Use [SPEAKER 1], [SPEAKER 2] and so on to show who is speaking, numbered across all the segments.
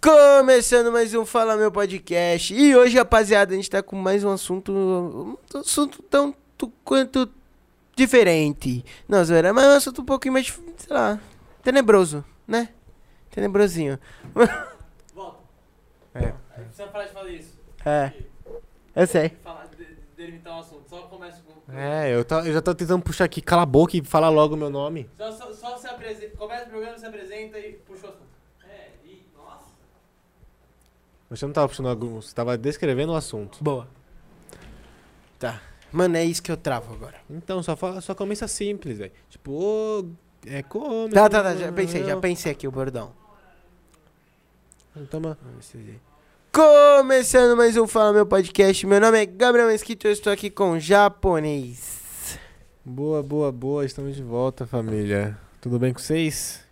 [SPEAKER 1] Começando mais um Fala Meu Podcast. E hoje, rapaziada, a gente tá com mais um assunto. Um assunto tanto quanto diferente. Não, zoeira, mas é um assunto um pouquinho mais, sei lá, tenebroso, né? Tenebrosinho.
[SPEAKER 2] Volta.
[SPEAKER 1] É.
[SPEAKER 2] Aí precisa parar de fazer isso.
[SPEAKER 1] É, eu
[SPEAKER 2] E
[SPEAKER 1] sei.
[SPEAKER 2] falar, de- delimitar um assunto. Só começa com.
[SPEAKER 3] É, eu, tá- eu já tô tentando puxar aqui, cala a boca e fala logo o meu nome.
[SPEAKER 2] Só, só, só se apresenta. Começa o programa, se apresenta e puxa o assunto. É, e. Nossa.
[SPEAKER 3] Você não tava puxando algum, você tava descrevendo o assunto.
[SPEAKER 1] Boa. Tá. Mano, é isso que eu travo agora.
[SPEAKER 3] Então, só, fala, só começa simples, velho. Tipo, ô, é como.
[SPEAKER 1] Tá, tá, tá. Já pensei, já pensei aqui o bordão.
[SPEAKER 3] Toma.
[SPEAKER 1] Começando mais um Fala Meu Podcast. Meu nome é Gabriel Mesquita e eu estou aqui com o japonês.
[SPEAKER 3] Boa, boa, boa, estamos de volta, família. Tudo bem com vocês?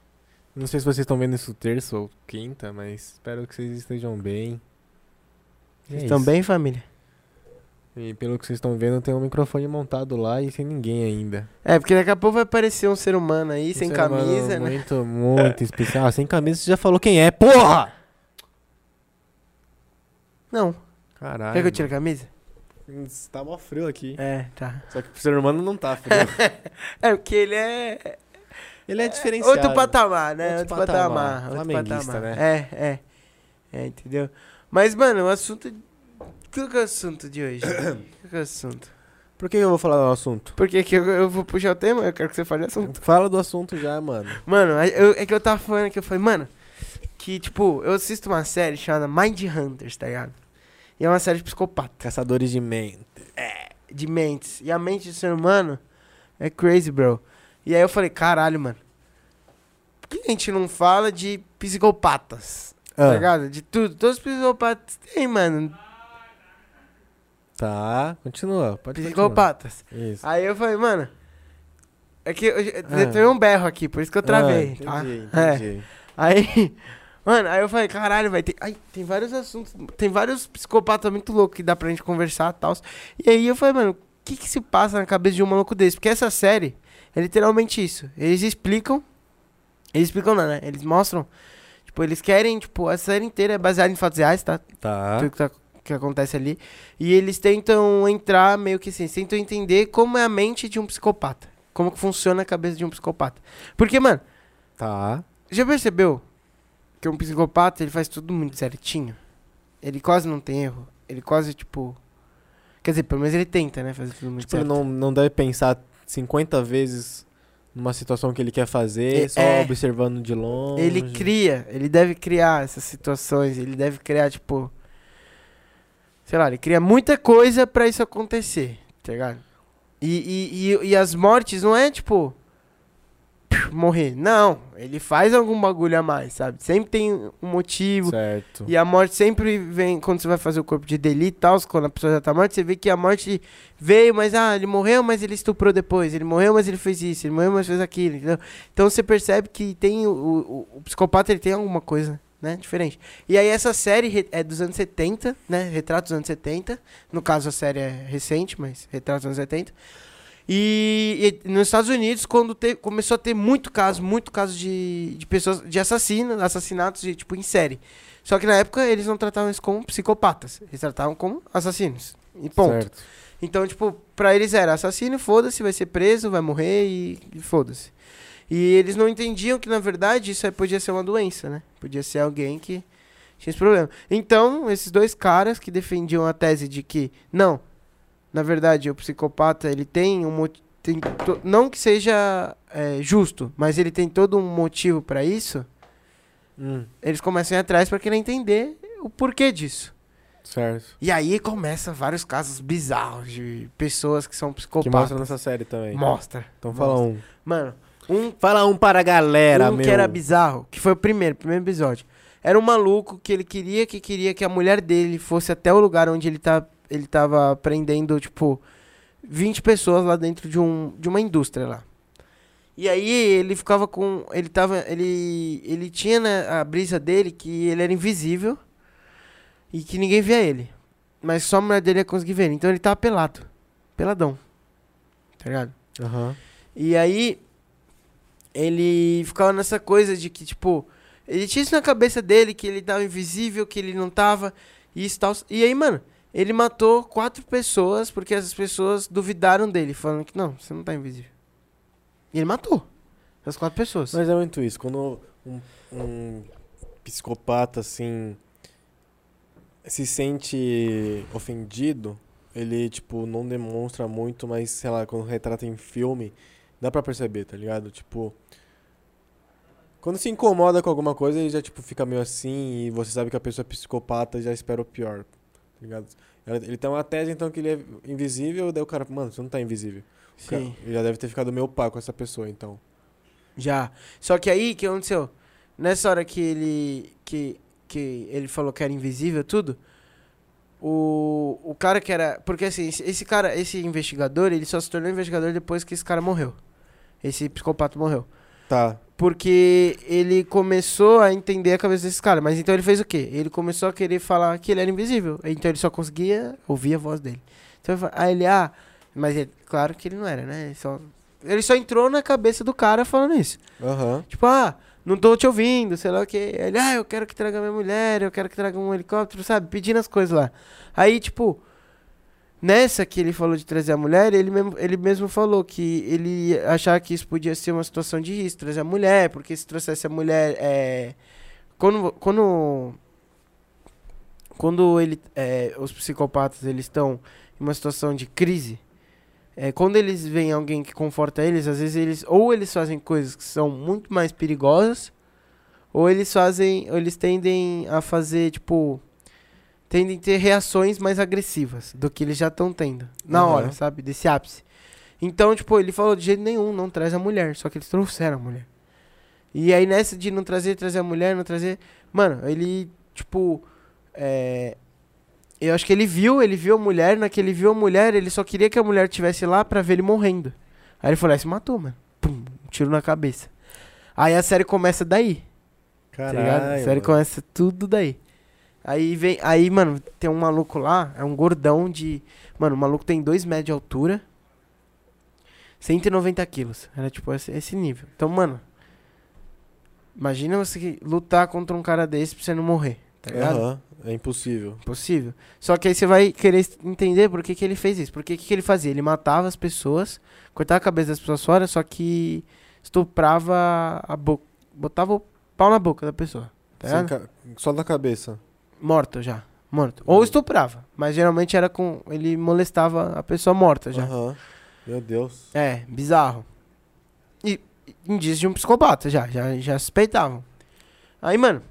[SPEAKER 3] Não sei se vocês estão vendo isso terça ou quinta, mas espero que vocês estejam bem. E
[SPEAKER 1] Vocês
[SPEAKER 3] é
[SPEAKER 1] estão
[SPEAKER 3] isso.
[SPEAKER 1] bem, família?
[SPEAKER 3] E pelo que vocês estão vendo, tem um microfone montado lá e sem ninguém ainda.
[SPEAKER 1] É, porque daqui a pouco vai aparecer um ser humano aí, sem
[SPEAKER 3] Um ser humano
[SPEAKER 1] camisa, né?
[SPEAKER 3] Muito, muito especial. Ah, sem camisa você já falou quem é, porra!
[SPEAKER 1] Não.
[SPEAKER 3] Caralho.
[SPEAKER 1] Quer que eu tire a camisa?
[SPEAKER 3] mano. Isso Tá mó frio aqui.
[SPEAKER 1] É, tá.
[SPEAKER 3] Só que pro ser humano não tá frio.
[SPEAKER 1] É, porque ele é.
[SPEAKER 3] Ele é diferenciado.
[SPEAKER 1] Outro patamar, né? Outro,
[SPEAKER 3] Outro
[SPEAKER 1] patamar.
[SPEAKER 3] patamar.
[SPEAKER 1] Outro
[SPEAKER 3] Flamenguista,
[SPEAKER 1] patamar.
[SPEAKER 3] né?
[SPEAKER 1] É, é. É, entendeu? Mas, mano, o assunto. Qual que é o assunto de hoje? Qual que é o assunto?
[SPEAKER 3] Por que eu vou falar do assunto?
[SPEAKER 1] Porque que eu, eu vou puxar o tema, eu quero que você fale o assunto.
[SPEAKER 3] Fala do assunto já, mano.
[SPEAKER 1] Mano, aí eu- é que eu tava falando que eu falei, mano, que tipo, eu assisto uma série chamada Mind Hunters, tá ligado? E é uma série de psicopata.
[SPEAKER 3] Caçadores de mente.
[SPEAKER 1] de mentes. E a mente do ser humano é crazy, bro. E aí eu falei, caralho, mano. Por que a gente não fala de psicopatas? Tá
[SPEAKER 3] Ah,
[SPEAKER 1] ligado? De tudo. Todos os psicopatas tem, mano.
[SPEAKER 3] tá, continua. Pode continuar.
[SPEAKER 1] Psicopatas.
[SPEAKER 3] Isso.
[SPEAKER 1] Aí eu falei, mano. É que eu, eu
[SPEAKER 3] Ah.
[SPEAKER 1] teve um berro aqui, por isso que eu travei,
[SPEAKER 3] Ah, entendi,
[SPEAKER 1] tá? É.
[SPEAKER 3] entendi.
[SPEAKER 1] Aí, mano, aí eu falei, caralho, vai ter. Ai, tem vários assuntos, tem vários psicopatas muito loucos que dá pra gente conversar e tal. E aí eu falei, mano, o que que se passa na cabeça de um maluco desse? Porque essa série é literalmente isso. Eles explicam. Eles explicam, não, né? Eles mostram. Tipo, eles querem, tipo, a série inteira é baseada em fatos reais, tá?
[SPEAKER 3] Tá.
[SPEAKER 1] Tudo que, tá- que acontece ali. E eles tentam entrar meio que assim, eles tentam entender como é a mente de um psicopata. Como que funciona a cabeça de um psicopata. Porque, mano.
[SPEAKER 3] Tá.
[SPEAKER 1] Já percebeu que um psicopata ele faz tudo muito certinho? Ele quase não tem erro. Ele quase, tipo. Quer dizer, pelo menos ele tenta, né? Fazer tudo muito
[SPEAKER 3] Tipo, ele
[SPEAKER 1] certo.
[SPEAKER 3] não, não deve pensar 50 vezes numa situação que ele quer
[SPEAKER 1] É,
[SPEAKER 3] fa fazer, só
[SPEAKER 1] é.
[SPEAKER 3] observando de longe.
[SPEAKER 1] Ele cria, ele deve criar essas situações. Ele deve criar, tipo. Sei lá, ele cria muita coisa pra isso acontecer, tá ligado? E, e, e, e as mortes não é tipo. piu, Morrer. Não. Ele faz algum bagulho a mais, sabe? Sempre tem um motivo.
[SPEAKER 3] Certo.
[SPEAKER 1] E a morte sempre vem, quando você vai fazer o corpo de delito e tal, quando a pessoa já tá morta, você vê que a morte veio, mas ah, ele morreu, mas ele estuprou depois, ele morreu, mas ele fez isso, ele morreu, mas fez aquilo, entendeu? Então você percebe que tem o, o, o psicopata, ele tem alguma coisa, né, diferente. E aí essa série re- é dos anos 70, né, retrata dos anos 70, no caso a série é recente, mas retrata dos anos 70. E, e nos Estados Unidos, quando te- começou a ter muito caso, muito caso de, de pessoas, de assassinos, assassinatos, de, tipo, em série. Só que na época eles não tratavam isso como psicopatas, eles tratavam como assassinos. E ponto.
[SPEAKER 3] Certo.
[SPEAKER 1] Então, tipo, pra eles era assassino, foda-se, vai ser preso, vai morrer e, e foda-se. E eles não entendiam que, na verdade, isso aí podia ser uma doença, né? Podia ser alguém que tinha esse problema. Então, esses dois caras que defendiam a tese de que, não, na verdade, o psicopata, ele tem um motivo. não que seja é, justo, mas ele tem todo um motivo pra isso.
[SPEAKER 3] Hum,
[SPEAKER 1] Eles começam a ir atrás pra querer entender o porquê disso.
[SPEAKER 3] certo.
[SPEAKER 1] E aí começa vários casos bizarros de pessoas que são
[SPEAKER 3] Que
[SPEAKER 1] psicopatas.
[SPEAKER 3] mostra nessa série também.
[SPEAKER 1] Mostra.
[SPEAKER 3] Então fala um.
[SPEAKER 1] Mano, um,
[SPEAKER 3] Fala um para a galera,
[SPEAKER 1] um
[SPEAKER 3] meu.
[SPEAKER 1] que era bizarro, que foi o primeiro, primeiro episódio. Era um maluco que ele queria que queria que a mulher dele fosse até o lugar onde ele tá ele tava prendendo, tipo, 20 pessoas lá dentro de um de uma indústria lá. E aí ele ficava com ele tava ele ele tinha né, a brisa dele que ele era invisível e que ninguém via ele. Mas só a mulher dele ia conseguir ver ele. Então ele tava pelado. Peladão. Tá ligado?
[SPEAKER 3] Aham.
[SPEAKER 1] E aí ele ficava nessa coisa de que, tipo, Ele tinha isso na cabeça dele, que ele tava invisível, que ele não tava. E isso tal. E aí, mano, ele matou quatro pessoas porque essas pessoas duvidaram dele, falando que não, você não tá invisível. E ele matou essas quatro pessoas.
[SPEAKER 3] Mas é muito isso. Quando um, um psicopata, assim, se sente ofendido, ele, tipo, não demonstra muito, mas, sei lá, quando retrata em filme, dá pra perceber, tá ligado? Tipo, quando se incomoda com alguma coisa, ele já, tipo, fica meio assim e você sabe que a pessoa é psicopata e já espera o pior, tá ligado? Ela- Ele tem uma tese, então, que ele é invisível, daí o cara, mano, você não tá invisível. O cara-
[SPEAKER 1] Sim.
[SPEAKER 3] Ele já deve ter ficado meio opaco essa pessoa, então.
[SPEAKER 1] Já. Só que aí, o que aconteceu? Nessa hora que ele. que, que ele falou que era invisível tudo, o, o cara que era. Porque assim, esse, esse cara, esse investigador, ele só se tornou investigador depois que esse cara morreu. Esse psicopata morreu.
[SPEAKER 3] Tá,
[SPEAKER 1] Porque ele começou a entender a cabeça desse cara. Mas então ele fez o quê? Ele começou a querer falar que ele era invisível. Então ele só conseguia ouvir a voz dele. Então ele fala- aí ele, ah. Mas ele- claro que ele não era, né? Ele só, ele só entrou na cabeça do cara falando isso.
[SPEAKER 3] aham.
[SPEAKER 1] Tipo, ah, não tô te ouvindo, sei lá o quê. Ele, ah, eu quero que traga minha mulher, eu quero que traga um helicóptero, sabe? Pedindo as coisas lá. Aí, tipo, nessa que ele falou de trazer a mulher, ele mesmo, ele mesmo falou que ele achava que isso podia ser uma situação de risco, trazer a mulher, porque se trouxesse a mulher, é... Quando, quando, quando ele, é, os psicopatas, eles estão em uma situação de crise, é, quando eles veem alguém que conforta eles, às vezes eles ou eles fazem coisas que são muito mais perigosas, ou eles fazem, ou eles tendem a fazer tipo tendem a ter reações mais agressivas do que eles já estão tendo na
[SPEAKER 3] Aham.
[SPEAKER 1] hora, sabe, desse ápice. Então, tipo, ele falou de jeito nenhum, não traz a mulher, só que eles trouxeram a mulher. E aí nessa de não trazer, trazer a mulher, não trazer, mano, ele tipo é, eu acho que ele viu, ele viu a mulher, naquele viu a mulher, ele só queria que a mulher estivesse lá pra ver ele morrendo. Aí ele falou, ah, se matou, mano. Pum, um tiro na cabeça. Aí a série começa daí, tá
[SPEAKER 3] Caralho.
[SPEAKER 1] ligado? A série
[SPEAKER 3] mano.
[SPEAKER 1] começa tudo daí. Aí vem, aí, mano, tem um maluco lá, é um gordão de. Mano, o maluco tem 2 metros de altura, 190 quilos. Era tipo esse, esse nível. Então, mano, imagina você que- lutar contra um cara desse pra você não morrer, tá ligado?
[SPEAKER 3] Aham, é impossível.
[SPEAKER 1] Possível. Só que aí você vai querer s- entender por que, que ele fez isso. Porque o que, que ele fazia? Ele matava as pessoas, cortava a cabeça das pessoas fora, só que estuprava a boca. Botava o pau na boca da pessoa. Tá
[SPEAKER 3] Sem
[SPEAKER 1] ligado?
[SPEAKER 3] ca- Só na cabeça.
[SPEAKER 1] Morto já. Morto. Ou estuprava. Mas geralmente era com. Ele molestava a pessoa morta Tá já.
[SPEAKER 3] Aham. Meu Deus.
[SPEAKER 1] É, bizarro. E e indício de um psicopata já, já, já suspeitavam. Aí, mano.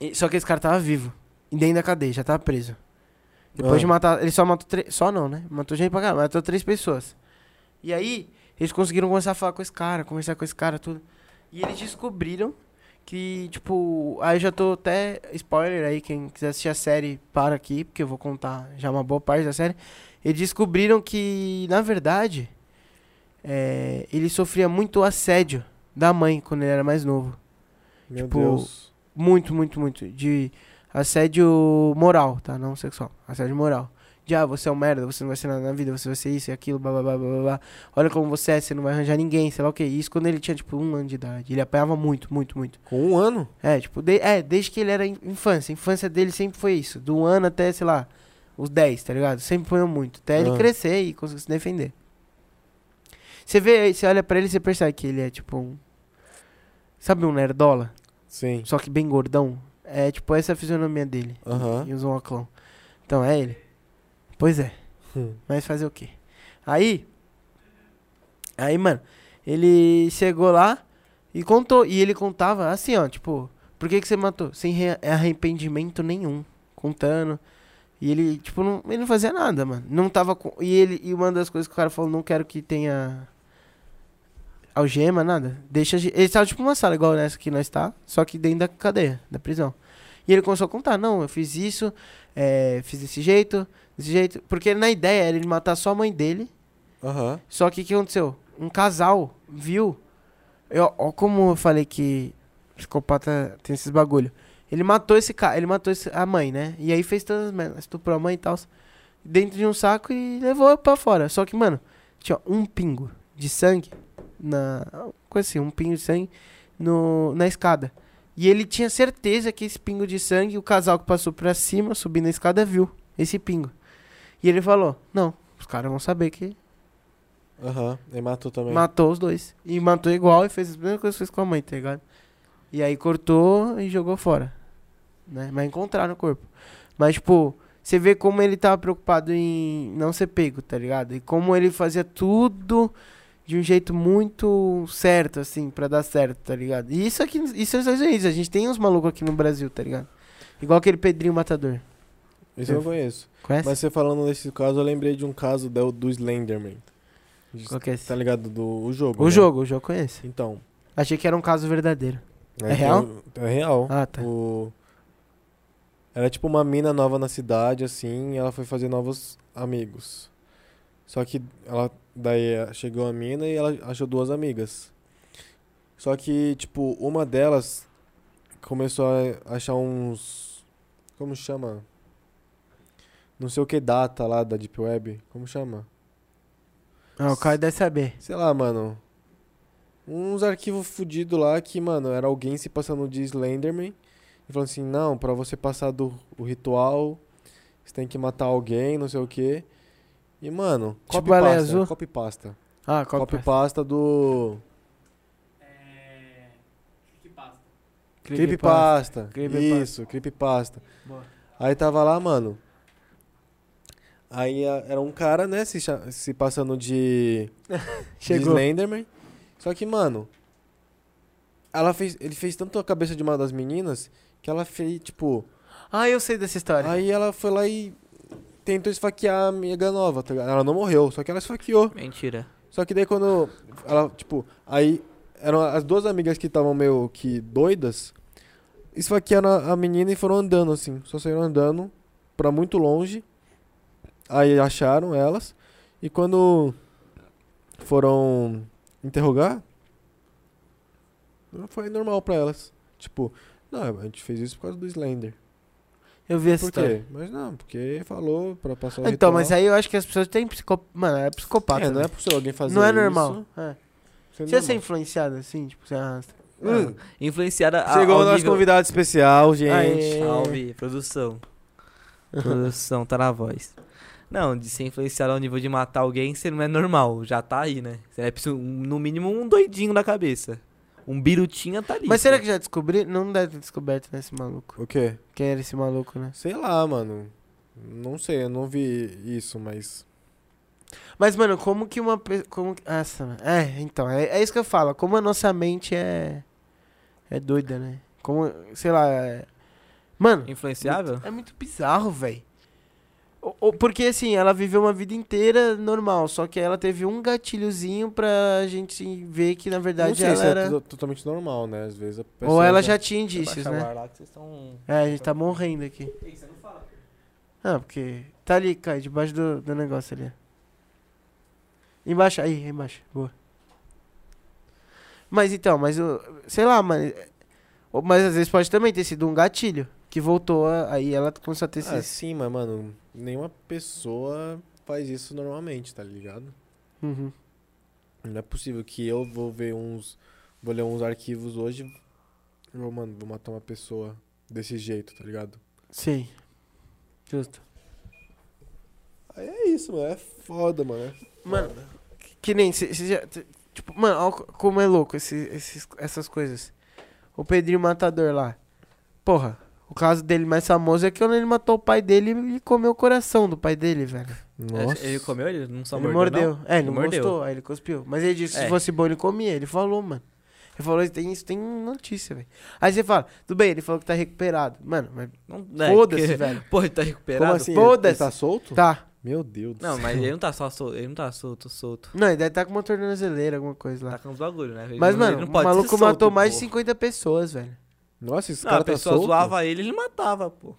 [SPEAKER 1] e- Só que esse cara tava vivo. E dentro da cadeia, já tava preso. Depois
[SPEAKER 3] Ah.
[SPEAKER 1] de matar. Ele só matou três. Só não, né? Matou gente pra caralho, matou três pessoas. E aí, eles conseguiram começar a falar com esse cara, conversar com esse cara, tudo. E eles descobriram que, tipo. Aí eu já tô até. Spoiler aí, quem quiser assistir a série, para aqui, porque eu vou contar já uma boa parte da série. Eles descobriram que, na verdade, é, ele sofria muito assédio da mãe quando ele era mais novo.
[SPEAKER 3] Meu
[SPEAKER 1] tipo,
[SPEAKER 3] Deus.
[SPEAKER 1] Muito, muito, muito. De assédio moral, tá? Não sexual. Assédio moral. De, ah, você é um merda, você não vai ser nada na vida, você vai ser isso e aquilo, blá, blá, blá, blá, blá, blá. Olha como você é, você não vai arranjar ninguém, sei lá o que. Isso quando ele tinha, tipo, um ano de idade. Ele apanhava muito, muito, muito.
[SPEAKER 3] Com um ano?
[SPEAKER 1] É, tipo, de- é, desde que ele era in- infância. A infância dele sempre foi isso. Do ano até, sei lá, os 10, tá ligado? Sempre foi muito. Até ele
[SPEAKER 3] Ah.
[SPEAKER 1] crescer e conseguir se defender. Você vê, aí, você olha pra ele e você percebe que ele é tipo um. Sabe um nerdola?
[SPEAKER 3] Sim.
[SPEAKER 1] Só que bem gordão? É tipo essa a fisionomia dele.
[SPEAKER 3] Aham.
[SPEAKER 1] E usa um óculão. Então é ele? Pois é.
[SPEAKER 3] Hum.
[SPEAKER 1] Mas fazer o quê? Aí. Aí, mano, ele chegou lá e contou. E ele contava assim, ó, tipo, por que, que você matou? Sem re- arrependimento nenhum. Contando. E ele, tipo, não, ele não fazia nada, mano. Não tava com. E ele. E uma das coisas que o cara falou, não quero que tenha. Algema, nada. Deixa. a gen- Ele tava tipo numa sala igual nessa que nós tá, só que dentro da cadeia, da prisão. E ele começou a contar, não, eu fiz isso, é, fiz desse jeito, desse jeito. Porque na ideia era ele matar só a mãe dele.
[SPEAKER 3] Aham.
[SPEAKER 1] Só que o que aconteceu? Um casal viu. Eu, ó, como eu falei que psicopata tem esses bagulho. Ele matou esse cara, ele matou esse- a mãe, né? E aí fez todas as merdas, estuprou a mãe e tal. Dentro de um saco e levou pra fora. Só que, mano, tinha um pingo de sangue na. Coisa assim, um pingo de sangue no, na escada. E ele tinha certeza que esse pingo de sangue, o casal que passou pra cima, subindo a escada, viu esse pingo. E ele falou: Não, os caras vão saber que
[SPEAKER 3] Aham, e matou também.
[SPEAKER 1] matou os dois. E matou igual e fez as mesmas coisas que fez com a mãe, tá ligado? E aí cortou e jogou fora. Né? Mas encontraram o corpo. Mas, tipo, você vê como ele tava preocupado em não ser pego, tá ligado? E como ele fazia tudo de um jeito muito certo, assim, pra dar certo, tá ligado? E isso aqui, isso é os Estados Unidos. A gente tem uns malucos aqui no Brasil, tá ligado? Igual aquele Pedrinho Matador.
[SPEAKER 3] Isso eu não conheço.
[SPEAKER 1] Conhece?
[SPEAKER 3] Mas você falando desse caso, eu lembrei de um caso do, do Slenderman.
[SPEAKER 1] Qual que é esse?
[SPEAKER 3] Tá ligado? Do o jogo.
[SPEAKER 1] O
[SPEAKER 3] né?
[SPEAKER 1] jogo, o jogo conhece.
[SPEAKER 3] Então.
[SPEAKER 1] Achei que era um caso verdadeiro.
[SPEAKER 3] né,
[SPEAKER 1] É real?
[SPEAKER 3] tem o- É real.
[SPEAKER 1] Ah, tá.
[SPEAKER 3] O- Era tipo uma mina nova na cidade, assim, e ela foi fazer novos amigos. Só que ela daí eh, chegou a mina e ela achou duas amigas. Só que, tipo, uma delas começou a achar uns. Como chama? Não sei o que data lá da Deep Web. Como chama?
[SPEAKER 1] Ah, o Caio deve saber.
[SPEAKER 3] Sei lá, mano. Uns arquivos fudidos lá que, mano, era alguém se passando de Slenderman e falando assim: não, pra você passar do o ritual, você tem que matar alguém, não sei o quê. E, mano,
[SPEAKER 1] Tipo
[SPEAKER 3] copy
[SPEAKER 1] Baleia
[SPEAKER 3] pasta.
[SPEAKER 1] Azul?
[SPEAKER 3] Copy pasta.
[SPEAKER 1] Ah,
[SPEAKER 3] Copy,
[SPEAKER 1] qual que é?
[SPEAKER 3] pasta do.
[SPEAKER 2] É. Que pasta.
[SPEAKER 1] Creepypasta.
[SPEAKER 3] Creepypasta.
[SPEAKER 1] Creepypasta.
[SPEAKER 3] Isso, creepypasta.
[SPEAKER 2] Boa.
[SPEAKER 3] Aí tava lá, mano. Aí a- era um cara, né, se, cha- se passando de.
[SPEAKER 1] Chegou.
[SPEAKER 3] de Slenderman. Só que, mano, ela fez, ele fez tanto a cabeça de uma das meninas que ela fez, tipo,
[SPEAKER 1] Ah, eu sei dessa história.
[SPEAKER 3] aí ela foi lá e tentou esfaquear a amiga nova, tá ligado? Ela não morreu, só que ela esfaqueou.
[SPEAKER 4] Mentira.
[SPEAKER 3] Só que daí quando ela, tipo, aí eram as duas amigas que estavam meio que doidas, esfaquearam a a menina e foram andando assim, só saíram andando pra muito longe. Aí acharam elas e quando foram interrogar, foi normal pra elas. Tipo, não, a gente fez isso por causa do Slender.
[SPEAKER 1] eu vi essa
[SPEAKER 3] Por
[SPEAKER 1] história.
[SPEAKER 3] quê? Mas não, porque falou pra passar é o
[SPEAKER 1] Então,
[SPEAKER 3] ritual.
[SPEAKER 1] mas aí eu acho que as pessoas têm psicopata. Mano, é psicopata.
[SPEAKER 3] É, não é
[SPEAKER 1] né?
[SPEAKER 3] possível alguém fazer
[SPEAKER 1] Não é
[SPEAKER 3] isso.
[SPEAKER 1] normal. É.
[SPEAKER 3] Isso é
[SPEAKER 1] Você ia ser
[SPEAKER 3] normal.
[SPEAKER 1] influenciado assim, tipo, você arrasta.
[SPEAKER 3] Hum.
[SPEAKER 4] Influenciada a.
[SPEAKER 3] Chegou
[SPEAKER 4] ao
[SPEAKER 3] o nosso
[SPEAKER 4] nível-
[SPEAKER 3] convidado especial, gente.
[SPEAKER 1] Aê.
[SPEAKER 4] Salve, produção. Produção, tá na voz. Não, de ser influenciado ao nível de matar alguém, você não é normal, já tá aí, né? Você é preciso, um- no mínimo, um doidinho na cabeça. Um birutinha tá ali.
[SPEAKER 1] Mas será que já descobri? Não deve ter descoberto, né, esse maluco.
[SPEAKER 3] O quê?
[SPEAKER 1] Quem era esse maluco, né?
[SPEAKER 3] Sei lá, mano. Não sei, eu não vi isso, mas.
[SPEAKER 1] Mas, mano, como que uma pessoa. Como... que- Nossa, mano. É, então, é, é isso que eu falo. Como a nossa mente é. É doida, né? Como, sei lá. é- Mano.
[SPEAKER 4] Influenciável?
[SPEAKER 1] É muito bizarro, velho. Porque assim, ela viveu uma vida inteira normal, só que ela teve um gatilhozinho pra gente ver que na
[SPEAKER 3] não
[SPEAKER 1] verdade
[SPEAKER 3] sei
[SPEAKER 1] ela
[SPEAKER 3] se é
[SPEAKER 1] era.
[SPEAKER 3] to- totalmente normal, né? Às vezes a pessoa.
[SPEAKER 1] Ou ela já tinha indícios,
[SPEAKER 4] Abaixa o
[SPEAKER 1] né?
[SPEAKER 4] ar lá que vocês tão-
[SPEAKER 1] É, a gente tá morrendo aqui.
[SPEAKER 2] Ei, você não fala.
[SPEAKER 1] Ah, porque. Tá ali, cai, debaixo do, do negócio ali. ó. Embaixo, aí, embaixo. Boa. Mas então, mas o. Sei lá, mano. é- ou- Mas às vezes pode também ter sido um gatilho que voltou, a- aí ela começou a ter
[SPEAKER 3] Ah,
[SPEAKER 1] esses.
[SPEAKER 3] sim, mas, mano, nenhuma pessoa faz isso normalmente, tá ligado?
[SPEAKER 1] Uhum.
[SPEAKER 3] Não é possível que eu vou ver uns. Vou ler uns arquivos hoje. e Vou, mano, vou matar uma pessoa desse jeito, tá ligado?
[SPEAKER 1] Sim. Justo.
[SPEAKER 3] Aí é isso, mano. É foda, mano. É foda.
[SPEAKER 1] Mano, que, que nem. Cê, cê já, cê- tipo, mano, ó, co- como é louco esse, esses, essas coisas. O Pedrinho Matador lá. Porra, o caso dele mais famoso é que quando ele matou o pai dele e comeu o coração do pai dele, velho.
[SPEAKER 3] Nossa.
[SPEAKER 4] Ele comeu, ele não só
[SPEAKER 1] ele
[SPEAKER 4] mordeu.
[SPEAKER 1] mordeu.
[SPEAKER 4] não?
[SPEAKER 1] É, ele não
[SPEAKER 4] mordeu.
[SPEAKER 1] gostou, aí ele cuspiu. Mas ele disse que se
[SPEAKER 4] É.
[SPEAKER 1] fosse bom ele comia. Ele falou, mano. Ele falou, isso tem, isso tem notícia, velho. Aí você fala, tudo bem, ele falou que tá recuperado. Mano, mas
[SPEAKER 4] Não, é,
[SPEAKER 1] foda-se,
[SPEAKER 4] porque-
[SPEAKER 1] velho.
[SPEAKER 4] Pô, ele tá recuperado.
[SPEAKER 3] Como assim?
[SPEAKER 1] Foda-se.
[SPEAKER 3] Ele tá solto?
[SPEAKER 1] Tá.
[SPEAKER 3] Meu Deus do
[SPEAKER 4] Não,
[SPEAKER 3] céu.
[SPEAKER 4] mas ele não tá só solto, ele não tá solto, solto.
[SPEAKER 1] Não, ele deve estar com uma tornozeleira, alguma coisa lá.
[SPEAKER 4] Tá com uns bagulho, né? Ele
[SPEAKER 1] Mas,
[SPEAKER 4] não- ele
[SPEAKER 1] mano,
[SPEAKER 4] não
[SPEAKER 1] o
[SPEAKER 4] pode ser
[SPEAKER 1] maluco
[SPEAKER 4] solto,
[SPEAKER 1] matou mais de
[SPEAKER 4] pô.
[SPEAKER 1] 50 pessoas, velho.
[SPEAKER 3] Nossa, esse
[SPEAKER 4] Não,
[SPEAKER 3] cara
[SPEAKER 4] Ah, a
[SPEAKER 3] tá
[SPEAKER 4] pessoa
[SPEAKER 3] solto.
[SPEAKER 4] zoava ele, ele matava, pô.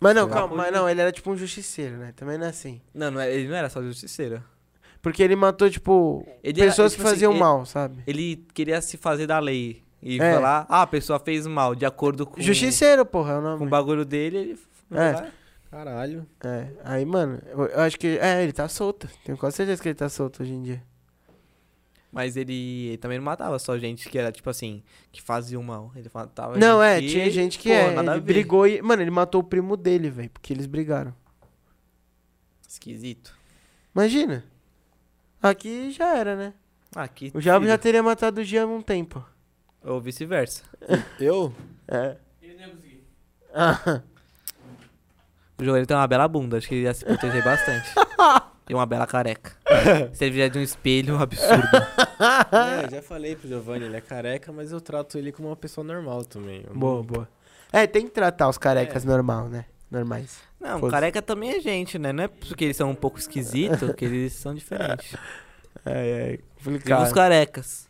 [SPEAKER 1] Mas não,
[SPEAKER 3] Sei
[SPEAKER 1] calma,
[SPEAKER 4] lá.
[SPEAKER 1] mas não, ele era tipo um justiceiro, né? Também não é assim.
[SPEAKER 4] Não, não é- ele não era só justiceiro.
[SPEAKER 1] Porque ele matou, tipo,
[SPEAKER 4] Ele era-
[SPEAKER 1] pessoas
[SPEAKER 4] tipo
[SPEAKER 1] que
[SPEAKER 4] assim,
[SPEAKER 1] faziam
[SPEAKER 4] ele-
[SPEAKER 1] mal, sabe?
[SPEAKER 4] Ele queria se fazer da lei e
[SPEAKER 1] É.
[SPEAKER 4] falar, ah, a pessoa fez mal, de acordo com,
[SPEAKER 1] Justiceiro, porra, é o
[SPEAKER 4] com o
[SPEAKER 1] nome.
[SPEAKER 4] bagulho dele, ele
[SPEAKER 1] É.
[SPEAKER 4] vai lá.
[SPEAKER 3] Caralho.
[SPEAKER 1] É, aí, mano, eu, eu acho que. É, ele tá solto. Tenho quase certeza que ele tá solto hoje em dia.
[SPEAKER 4] Mas ele, ele também não matava só gente que era, tipo assim, que fazia o mal. Ele matava
[SPEAKER 1] Não, é,
[SPEAKER 4] gente que,
[SPEAKER 1] tinha gente que
[SPEAKER 4] pô,
[SPEAKER 1] é.
[SPEAKER 4] nada a
[SPEAKER 1] Ele
[SPEAKER 4] ver.
[SPEAKER 1] brigou e. Mano, ele matou o primo dele, velho, porque eles brigaram.
[SPEAKER 4] Esquisito.
[SPEAKER 1] Imagina. Aqui já era, né?
[SPEAKER 4] Ah, que
[SPEAKER 1] O Jabo já
[SPEAKER 4] filho.
[SPEAKER 1] teria matado o Jean há um tempo.
[SPEAKER 4] Ou vice-versa.
[SPEAKER 3] Eu?
[SPEAKER 1] É.
[SPEAKER 2] Ele não ia conseguir.
[SPEAKER 4] O joelho tem uma bela bunda, acho que ele ia se proteger bastante. e uma bela careca. Se ele vier de um espelho, um absurdo.
[SPEAKER 3] É, eu já falei pro Giovanni, ele é careca, mas eu trato ele como uma pessoa normal também. Eu não-
[SPEAKER 1] Boa, boa. É, tem que tratar os
[SPEAKER 4] É.
[SPEAKER 1] carecas normal, né? Normais.
[SPEAKER 4] Não,
[SPEAKER 1] Foda-se.
[SPEAKER 4] careca também é gente, né? Não é porque eles são um pouco esquisitos que eles são diferentes.
[SPEAKER 1] É, é,
[SPEAKER 4] Viva os
[SPEAKER 1] complicado.
[SPEAKER 4] carecas.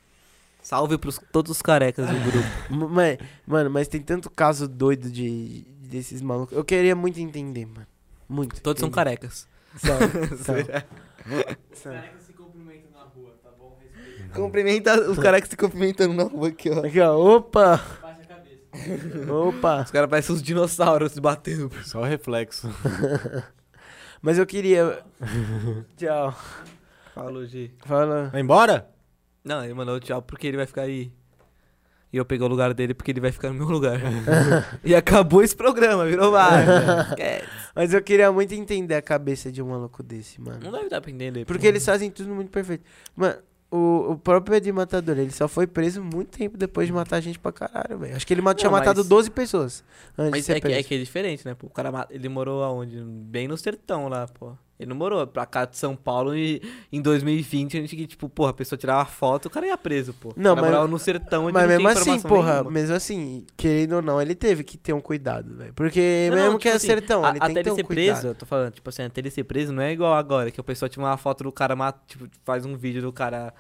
[SPEAKER 4] Salve pros todos os carecas do grupo.
[SPEAKER 1] M- mas- Mano, mas tem tanto caso doido de, desses malucos. Eu queria muito entender, mano. Muito.
[SPEAKER 4] Todos são
[SPEAKER 1] entender.
[SPEAKER 4] carecas. Então.
[SPEAKER 1] São, são, são.
[SPEAKER 2] Cara que se cumprimenta na rua, tá bom? Respeita.
[SPEAKER 4] Cumprimenta os carecas se cumprimentando na rua aqui, ó.
[SPEAKER 1] Aqui, ó. Opa!
[SPEAKER 2] Baixa a cabeça.
[SPEAKER 1] Opa!
[SPEAKER 4] Os caras parecem uns dinossauros se batendo.
[SPEAKER 3] Só reflexo.
[SPEAKER 1] Mas eu queria. Tchau.
[SPEAKER 4] Falou, G.
[SPEAKER 1] Fala.
[SPEAKER 3] Vai embora?
[SPEAKER 4] Não, ele mandou tchau porque ele vai ficar aí. E eu peguei o lugar dele porque ele vai ficar no meu lugar. e acabou esse programa, virou
[SPEAKER 1] É.
[SPEAKER 4] É, vaga. Esquece.
[SPEAKER 1] Mas eu queria muito entender a cabeça de um maluco desse,
[SPEAKER 4] Não
[SPEAKER 1] mano.
[SPEAKER 4] deve dar pra entender.
[SPEAKER 1] Porque eles fazem tudo muito perfeito. Mano, o, o próprio Ed Matador, ele só foi preso muito tempo depois de matar gente pra caralho, velho. Acho que ele ma- tinha
[SPEAKER 4] Não,
[SPEAKER 1] matado
[SPEAKER 4] mas-
[SPEAKER 1] 12 pessoas antes de
[SPEAKER 4] Mas
[SPEAKER 1] ser
[SPEAKER 4] é que,
[SPEAKER 1] preso.
[SPEAKER 4] é que é diferente, né? pô? O cara, ma- ele morou aonde? Bem no sertão lá, pô. Ele não morou pra cá de São Paulo e em 2020, a gente que, tipo, porra, a pessoa tirava foto, o cara ia preso, pô.
[SPEAKER 1] Não,
[SPEAKER 4] o cara
[SPEAKER 1] mas-
[SPEAKER 4] morava no sertão onde
[SPEAKER 1] Mas
[SPEAKER 4] não
[SPEAKER 1] mesmo
[SPEAKER 4] tinha
[SPEAKER 1] assim,
[SPEAKER 4] informação
[SPEAKER 1] porra,
[SPEAKER 4] nenhuma.
[SPEAKER 1] mesmo assim, querendo ou não, ele teve que ter um cuidado, velho. Porque
[SPEAKER 4] Não, não,
[SPEAKER 1] mesmo
[SPEAKER 4] tipo
[SPEAKER 1] que é
[SPEAKER 4] assim,
[SPEAKER 1] sertão,
[SPEAKER 4] a-
[SPEAKER 1] ele tem
[SPEAKER 4] até
[SPEAKER 1] que ter
[SPEAKER 4] ele
[SPEAKER 1] um
[SPEAKER 4] ser
[SPEAKER 1] cuidado.
[SPEAKER 4] preso, eu tô falando, tipo assim, até ele ser preso não é igual agora, que o pessoal tira uma foto do cara, mata, tipo, faz um vídeo do cara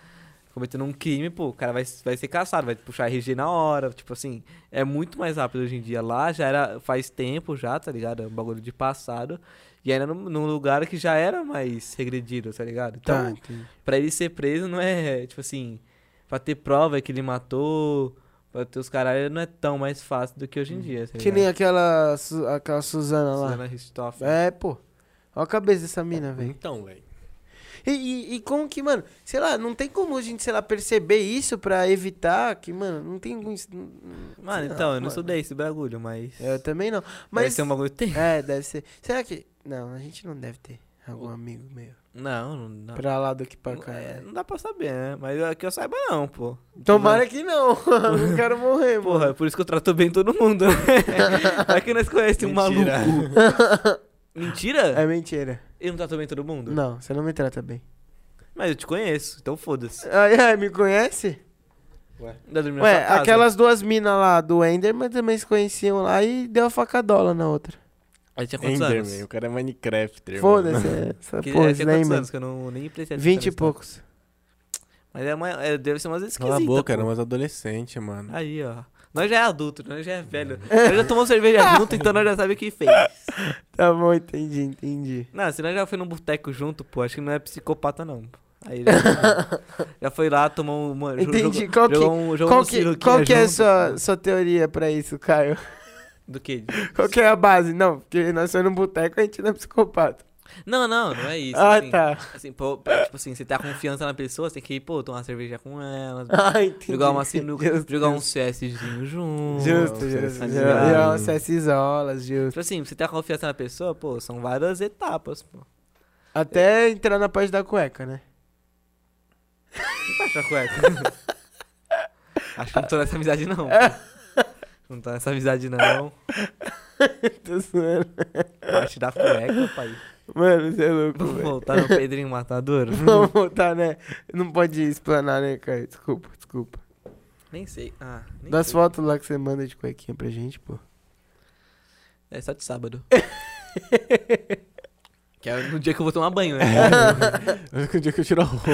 [SPEAKER 4] cometendo um crime, pô, o cara vai, vai ser caçado, vai puxar RG na hora, tipo assim, é muito mais rápido hoje em dia. Lá já era, faz tempo já, tá ligado? É um bagulho de passado. E era num, num lugar que já era mais regredido, tá ligado? Então,
[SPEAKER 1] Tá, entendi.
[SPEAKER 4] pra ele ser preso não é, tipo assim, pra ter prova que ele matou, pra ter os caras, não é tão mais fácil do que hoje em dia, tá
[SPEAKER 1] Hum. Que
[SPEAKER 4] ligado?
[SPEAKER 1] nem aquela, Su- aquela Suzana Tá lá.
[SPEAKER 4] Suzana Richthofen.
[SPEAKER 1] É, pô. Olha a cabeça dessa mina, velho.
[SPEAKER 3] Então, velho.
[SPEAKER 1] E, e- e como que, mano, sei lá, não tem como a gente, sei lá, perceber isso pra evitar que, mano, não tem. algum-
[SPEAKER 4] Mano,
[SPEAKER 1] Sei
[SPEAKER 4] então,
[SPEAKER 1] lá,
[SPEAKER 4] eu não
[SPEAKER 1] mano.
[SPEAKER 4] estudei esse bagulho, mas.
[SPEAKER 1] Eu também não.
[SPEAKER 4] Mas
[SPEAKER 1] Mas.
[SPEAKER 4] tem um bagulho que tem.
[SPEAKER 1] É, deve ser. Será que. Não, a gente não deve ter algum amigo meu.
[SPEAKER 4] Não, não dá.
[SPEAKER 1] Pra lá do que pra
[SPEAKER 4] não,
[SPEAKER 1] cá.
[SPEAKER 4] é,
[SPEAKER 1] É.
[SPEAKER 4] não dá pra saber, né? Mas é que eu saiba, não, pô.
[SPEAKER 1] Tomara que não. não quero morrer,
[SPEAKER 4] Porra, é
[SPEAKER 1] mano.
[SPEAKER 4] por isso que eu trato bem todo mundo. né? Vai que nós conhecemos um
[SPEAKER 3] Mentira.
[SPEAKER 4] maluco. Mentira?
[SPEAKER 1] É mentira.
[SPEAKER 4] Eu não trato bem todo mundo?
[SPEAKER 1] Não, você não me trata bem.
[SPEAKER 4] Mas eu te conheço, então foda-se.
[SPEAKER 1] Ai, ai, me conhece?
[SPEAKER 4] Ainda dormi na
[SPEAKER 1] É. Ué,
[SPEAKER 4] sua casa.
[SPEAKER 1] aquelas duas minas lá do Enderman também se conheciam lá e deu a facadola na outra.
[SPEAKER 4] Aí tinha quantos
[SPEAKER 3] Enderman, o
[SPEAKER 4] anos?
[SPEAKER 3] cara é Minecrafter. mano.
[SPEAKER 1] Foda-se,
[SPEAKER 3] é
[SPEAKER 1] é, essa
[SPEAKER 4] Que,
[SPEAKER 1] porra,
[SPEAKER 4] aí tinha quantos
[SPEAKER 1] Slayman.
[SPEAKER 4] anos que eu não, nem prestei atenção
[SPEAKER 1] Vinte e
[SPEAKER 4] nessa história.
[SPEAKER 1] poucos.
[SPEAKER 4] Mas é uma, é, deve ser umas
[SPEAKER 3] Cala
[SPEAKER 4] esquisitas.
[SPEAKER 3] a boca, era
[SPEAKER 4] pô.
[SPEAKER 3] umas adolescente, mano.
[SPEAKER 4] Aí, ó. Nós já é adulto, nós já é velho. Nós já tomamos cerveja junto, então nós já sabemos o que fez.
[SPEAKER 1] Tá bom, entendi, entendi.
[SPEAKER 4] Não, se nós já foi num boteco junto, pô, acho que não é psicopata, não. Aí já, já foi lá, tomou uma. jo-
[SPEAKER 1] Entendi.
[SPEAKER 4] jogou-
[SPEAKER 1] Qual que-
[SPEAKER 4] jogou um- jogou
[SPEAKER 1] Qual
[SPEAKER 4] um
[SPEAKER 1] que,
[SPEAKER 4] siroquinha
[SPEAKER 1] qual que é a
[SPEAKER 4] junto,
[SPEAKER 1] sua,
[SPEAKER 4] pô.
[SPEAKER 1] sua teoria pra isso, Caio?
[SPEAKER 4] Do que?
[SPEAKER 1] Qual que é a base? Não, porque nós somos num boteco, a gente não é psicopata.
[SPEAKER 4] Não, não, não é isso.
[SPEAKER 1] ah,
[SPEAKER 4] assim,
[SPEAKER 1] tá.
[SPEAKER 4] Assim, pô, pô, tipo assim, você tá confiança na pessoa, você tem que ir, pô, tomar uma cerveja com ela,
[SPEAKER 1] Ah, entendi.
[SPEAKER 4] jogar uma sinuca,
[SPEAKER 1] Justo,
[SPEAKER 4] jogar um CSzinho junto.
[SPEAKER 1] Justo,
[SPEAKER 3] Não,
[SPEAKER 1] justo.
[SPEAKER 4] tá
[SPEAKER 1] justo.
[SPEAKER 4] ligado?
[SPEAKER 1] Jogar um CS isolas, justo.
[SPEAKER 4] Tipo assim, você tá confiança na pessoa, pô, são várias etapas, pô.
[SPEAKER 1] Até entrar na parte da cueca, né?
[SPEAKER 4] Baixa a cueca. Tá Acho que não tô nessa amizade, não.
[SPEAKER 1] É.
[SPEAKER 4] pô. Não tô nessa amizade, não.
[SPEAKER 1] Tô zoando.
[SPEAKER 4] Parte da cueca, pai.
[SPEAKER 1] Mano, você é louco,
[SPEAKER 4] Vamos
[SPEAKER 1] velho.
[SPEAKER 4] voltar no Pedrinho Matador?
[SPEAKER 1] Vamos voltar, né? Não pode explanar, né, Caio? Desculpa, desculpa.
[SPEAKER 4] nem sei. Ah, nem
[SPEAKER 1] Das
[SPEAKER 4] sei.
[SPEAKER 1] fotos lá que você manda de cuequinha pra gente, pô.
[SPEAKER 4] É só de sábado. que é no dia que eu vou tomar banho, né?
[SPEAKER 3] O dia que eu tiro a roupa.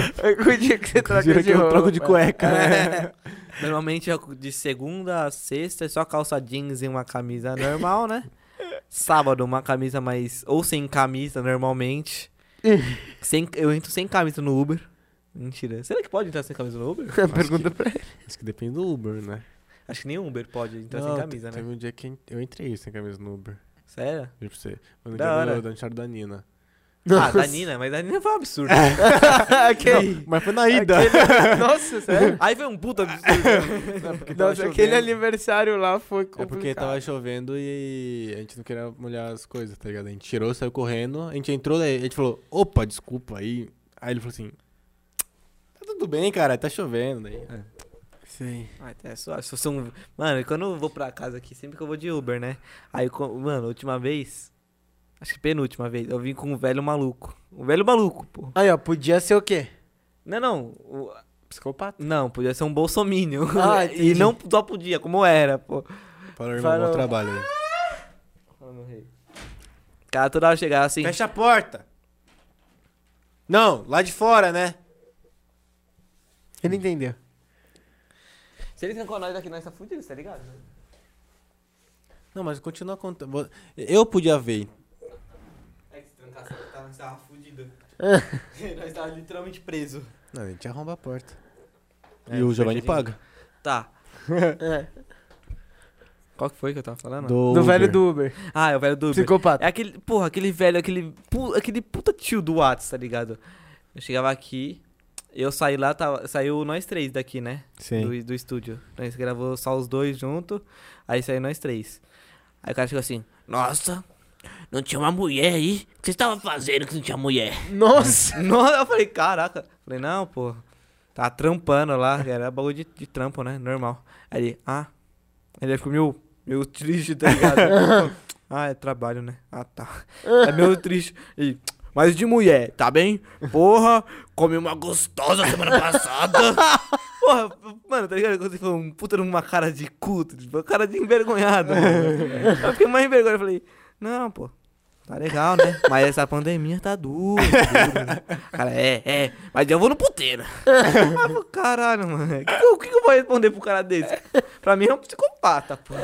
[SPEAKER 1] O dia que você troca
[SPEAKER 3] dia que
[SPEAKER 1] de
[SPEAKER 3] eu troco de
[SPEAKER 1] roupa.
[SPEAKER 3] cueca, né?
[SPEAKER 4] Normalmente é de segunda a sexta é só calça jeans e uma camisa normal, né? Sábado, uma camisa mais. Ou sem camisa, normalmente. Sem, eu entro sem camisa no Uber. Mentira. Será que pode entrar sem camisa no Uber?
[SPEAKER 1] Pergunta pra ele.
[SPEAKER 3] Isso que depende do Uber, né?
[SPEAKER 4] Acho que nem Uber pode entrar
[SPEAKER 3] Não,
[SPEAKER 4] sem camisa, né?
[SPEAKER 3] Teve um dia que eu entrei sem camisa no Uber.
[SPEAKER 4] Sério?
[SPEAKER 3] Juro pra você. Mas no
[SPEAKER 4] Da
[SPEAKER 3] dia
[SPEAKER 4] hora.
[SPEAKER 3] do- do aniversário da Nina.
[SPEAKER 4] Ah, da Nina, mas da Nina foi um absurdo.
[SPEAKER 1] aquele,
[SPEAKER 3] Mas foi na ida.
[SPEAKER 1] aquele-
[SPEAKER 3] É
[SPEAKER 1] Nossa, sério?
[SPEAKER 4] Aí foi um puta né? absurdo.
[SPEAKER 1] Nossa, aquele aniversário lá foi
[SPEAKER 3] É
[SPEAKER 1] complicado.
[SPEAKER 3] porque tava chovendo e a gente não queria molhar as coisas, tá ligado? A gente tirou, saiu correndo, a gente entrou, daí a gente falou, opa, desculpa, aí. Aí ele falou assim, tá tudo bem, cara, tá chovendo. Daí, é.
[SPEAKER 1] Sim.
[SPEAKER 4] Ah, então é suave. Se fosse um... Mano, quando eu vou pra casa aqui, sempre que eu vou de Uber, né? Aí, co- mano, última vez, acho que penúltima vez, eu vim com um velho maluco. Um velho maluco, pô.
[SPEAKER 1] Aí, ó, podia ser o quê?
[SPEAKER 4] Não, é não. o-
[SPEAKER 1] Psicopata.
[SPEAKER 4] Não, podia ser um bolsominion.
[SPEAKER 1] Ah,
[SPEAKER 4] e
[SPEAKER 1] entendi.
[SPEAKER 4] não só podia, como era, pô.
[SPEAKER 3] Falou, irmão,
[SPEAKER 1] Falou.
[SPEAKER 3] bom trabalho aí.
[SPEAKER 4] Cara, toda hora chegava assim.
[SPEAKER 3] Fecha a porta! Não, lá de fora, né?
[SPEAKER 1] Ele entendeu.
[SPEAKER 4] Se ele trancou nós daqui, nós tá fudido, tá ligado?
[SPEAKER 3] Não, mas continua contando. Vo- Eu podia ver.
[SPEAKER 4] É que se trancasse, nós tava fudido. nós tava literalmente preso.
[SPEAKER 3] Não, a gente arromba a porta.
[SPEAKER 4] É,
[SPEAKER 3] e o Giovanni
[SPEAKER 4] perdidinho.
[SPEAKER 3] paga.
[SPEAKER 4] Tá.
[SPEAKER 1] É.
[SPEAKER 4] Qual que foi que eu tava
[SPEAKER 3] Ah,
[SPEAKER 4] falando?
[SPEAKER 1] Do velho do Uber.
[SPEAKER 4] Ah, é o velho do Uber.
[SPEAKER 1] Psicopata.
[SPEAKER 4] É aquele, porra, aquele velho, aquele, pu- aquele puta tio do Whats, tá ligado? Eu chegava aqui, eu saí lá, tava, saiu nós três daqui, né?
[SPEAKER 3] Sim.
[SPEAKER 4] Do, do estúdio. Nós gravou só os dois junto, aí saiu nós três. Aí o cara chegou assim, nossa, não tinha uma mulher aí? O que você tava fazendo que não tinha mulher?
[SPEAKER 1] É, Nossa!
[SPEAKER 4] Nossa, eu falei, caraca. Eu falei, não, pô. Tá trampando lá, era bagulho de, de trampo, né? Normal. Aí ele, ah. Ele ficou meio, meio triste, tá ligado? ah, é trabalho, né? Ah, tá. É meio triste. E, mas de mulher, tá bem? Porra, comi uma gostosa semana passada. Porra, mano, tá ligado? Quando você falou um puta numa cara de culto, tipo, uma cara de envergonhado. mano. Eu fiquei mais envergonhado. Eu falei, não, pô, Tá legal, né? Mas essa pandemia tá dura. dura. Cara, é, é. Mas eu vou no puteiro. Ah, pô, caralho, mano. O que, eu- que eu vou responder pro cara desse? Pra mim é um psicopata, pô.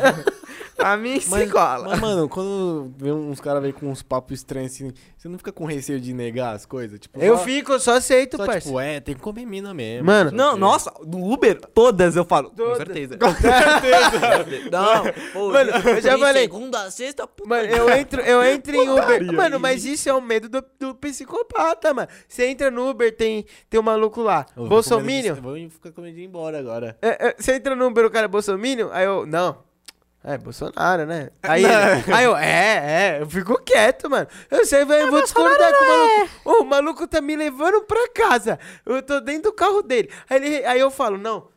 [SPEAKER 4] Pra mim, se cola.
[SPEAKER 3] Mas, mano, quando vê uns caras vêm com uns papos estranhos assim, você não fica com receio de negar as coisas? Tipo,
[SPEAKER 1] Eu
[SPEAKER 3] só-
[SPEAKER 1] fico, eu só aceito,
[SPEAKER 3] Só,
[SPEAKER 1] parça.
[SPEAKER 3] tipo, é, tem que comer mina mesmo. Tipo,
[SPEAKER 1] Mano,
[SPEAKER 4] Não, nossa, do Uber, todas eu falo. Com
[SPEAKER 1] Todas.
[SPEAKER 4] certeza. Com certeza. Não, pô,
[SPEAKER 1] Mano, eu já
[SPEAKER 4] tem
[SPEAKER 1] falei.
[SPEAKER 4] Segunda, sexta, puta.
[SPEAKER 1] Mano, tipo, eu entro, eu entro em Uber. Mano, mas isso é o medo do, do psicopata, mano. Você entra no Uber, tem, tem um maluco lá,
[SPEAKER 3] Eu vou
[SPEAKER 1] Bolsominion.
[SPEAKER 3] comer- Vou ficar com medo de ir embora agora.
[SPEAKER 1] É, é, Você entra no Uber, o cara é Bolsominion? Aí eu, não. É, Bolsonaro, né? Aí, ele- aí eu, é, é, eu fico quieto, mano. Eu sei,
[SPEAKER 3] É,
[SPEAKER 1] velho, eu vou descontar com o maluco. Ô, o maluco tá me levando pra casa. Eu tô dentro do carro dele. Aí, ele- aí eu falo, não.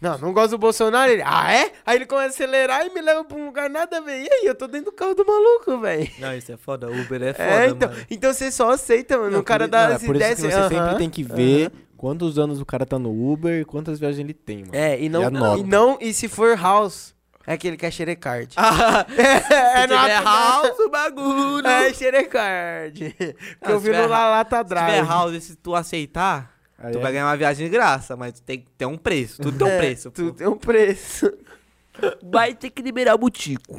[SPEAKER 1] Não, não gosto do Bolsonaro. Ele, ah, é? Aí ele começa a acelerar e me leva pra um lugar nada a ver. E aí, eu tô dentro do carro do maluco, velho.
[SPEAKER 4] Não, isso é foda. Uber é foda,
[SPEAKER 1] É, então,
[SPEAKER 4] mano.
[SPEAKER 1] então você só aceita, mano.
[SPEAKER 3] Não,
[SPEAKER 1] o cara
[SPEAKER 3] por-
[SPEAKER 1] dá
[SPEAKER 3] não, é
[SPEAKER 1] as
[SPEAKER 3] Por
[SPEAKER 1] ideias.
[SPEAKER 3] isso que você sempre
[SPEAKER 1] aham,
[SPEAKER 3] tem que
[SPEAKER 1] aham.
[SPEAKER 3] ver quantos anos o cara tá no Uber e quantas viagens ele tem, mano.
[SPEAKER 1] É, e não,
[SPEAKER 3] E anota.
[SPEAKER 1] e não, e se for house, é aquele que é xerecard.
[SPEAKER 4] Ah,
[SPEAKER 1] é,
[SPEAKER 4] se tiver
[SPEAKER 1] nota-
[SPEAKER 4] house, o bagulho.
[SPEAKER 1] É xerecard.
[SPEAKER 4] Ah,
[SPEAKER 1] Porque eu
[SPEAKER 4] se
[SPEAKER 1] vi
[SPEAKER 4] tiver
[SPEAKER 1] no La Lata
[SPEAKER 4] Se tiver
[SPEAKER 1] Drive.
[SPEAKER 4] house, se tu aceitar,
[SPEAKER 3] Aí
[SPEAKER 4] tu
[SPEAKER 3] é-
[SPEAKER 4] vai ganhar uma viagem de graça, mas tem que ter um preço. Tudo tem um
[SPEAKER 1] É,
[SPEAKER 4] preço.
[SPEAKER 1] Tudo
[SPEAKER 4] pô.
[SPEAKER 1] tem um preço.
[SPEAKER 4] Vai ter que liberar o butico.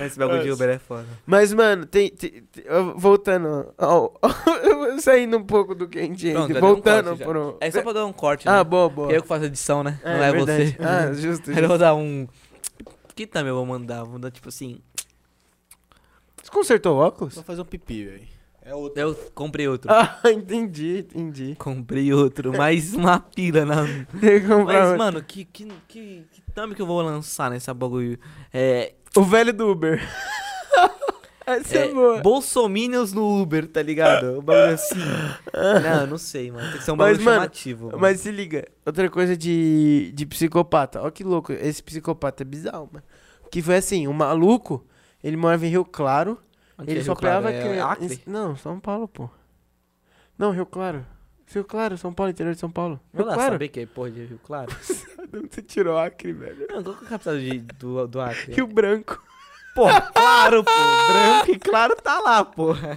[SPEAKER 4] Esse bagulho de Uber é foda.
[SPEAKER 1] Mas, mano, tem, tem- tem- eu- voltando. ao- eu saindo um pouco do quente
[SPEAKER 4] Pronto, já deu um
[SPEAKER 1] Voltando
[SPEAKER 4] corte já.
[SPEAKER 1] pro.
[SPEAKER 4] É só pra dar um corte,
[SPEAKER 1] Ah,
[SPEAKER 4] né?
[SPEAKER 1] boa, boa.
[SPEAKER 4] Eu que faço a edição, né? Não é
[SPEAKER 1] verdade.
[SPEAKER 4] você.
[SPEAKER 1] Ah, justo.
[SPEAKER 4] Aí eu
[SPEAKER 1] justo.
[SPEAKER 4] vou dar um... Que também eu vou mandar? Vou mandar, tipo assim...
[SPEAKER 1] Você consertou o óculos?
[SPEAKER 3] Só fazer um pipi, velho. É outro.
[SPEAKER 4] Eu comprei outro.
[SPEAKER 1] Ah, entendi, entendi.
[SPEAKER 4] Comprei outro. Mais uma pila na...
[SPEAKER 1] Tem que comprar um.
[SPEAKER 4] Mas,
[SPEAKER 1] outro.
[SPEAKER 4] mano, que, que, que, que thumb que eu vou lançar nessa bagulho? É,
[SPEAKER 1] O velho do Uber. Essa é,
[SPEAKER 4] É,
[SPEAKER 1] boa.
[SPEAKER 4] Bolsominions no Uber, tá ligado? O bagulho assim. Não, não sei, mano. Tem que ser um
[SPEAKER 1] Mas,
[SPEAKER 4] bagulho
[SPEAKER 1] mano,
[SPEAKER 4] chamativo. mano.
[SPEAKER 1] Mas se liga, outra coisa de, de psicopata. Olha que louco, esse psicopata é bizarro, mano. Que foi assim, um maluco, ele morava em Rio Claro,
[SPEAKER 4] Onde
[SPEAKER 1] ele
[SPEAKER 4] é
[SPEAKER 1] só
[SPEAKER 4] Rio Claro?
[SPEAKER 1] pegava
[SPEAKER 4] É
[SPEAKER 1] criança-
[SPEAKER 4] Acre?
[SPEAKER 1] em- Não, São Paulo, pô. Não, Rio Claro. Rio Claro, São Paulo, interior de São Paulo. Rio
[SPEAKER 4] Vou lá
[SPEAKER 1] Claro.
[SPEAKER 4] saber que é porra de Rio Claro.
[SPEAKER 1] Você tirou Acre, velho.
[SPEAKER 4] Não, qual que é a capital de, do, do Acre?
[SPEAKER 1] Rio Branco.
[SPEAKER 4] Pô, claro, pô. Branco e claro tá lá, porra.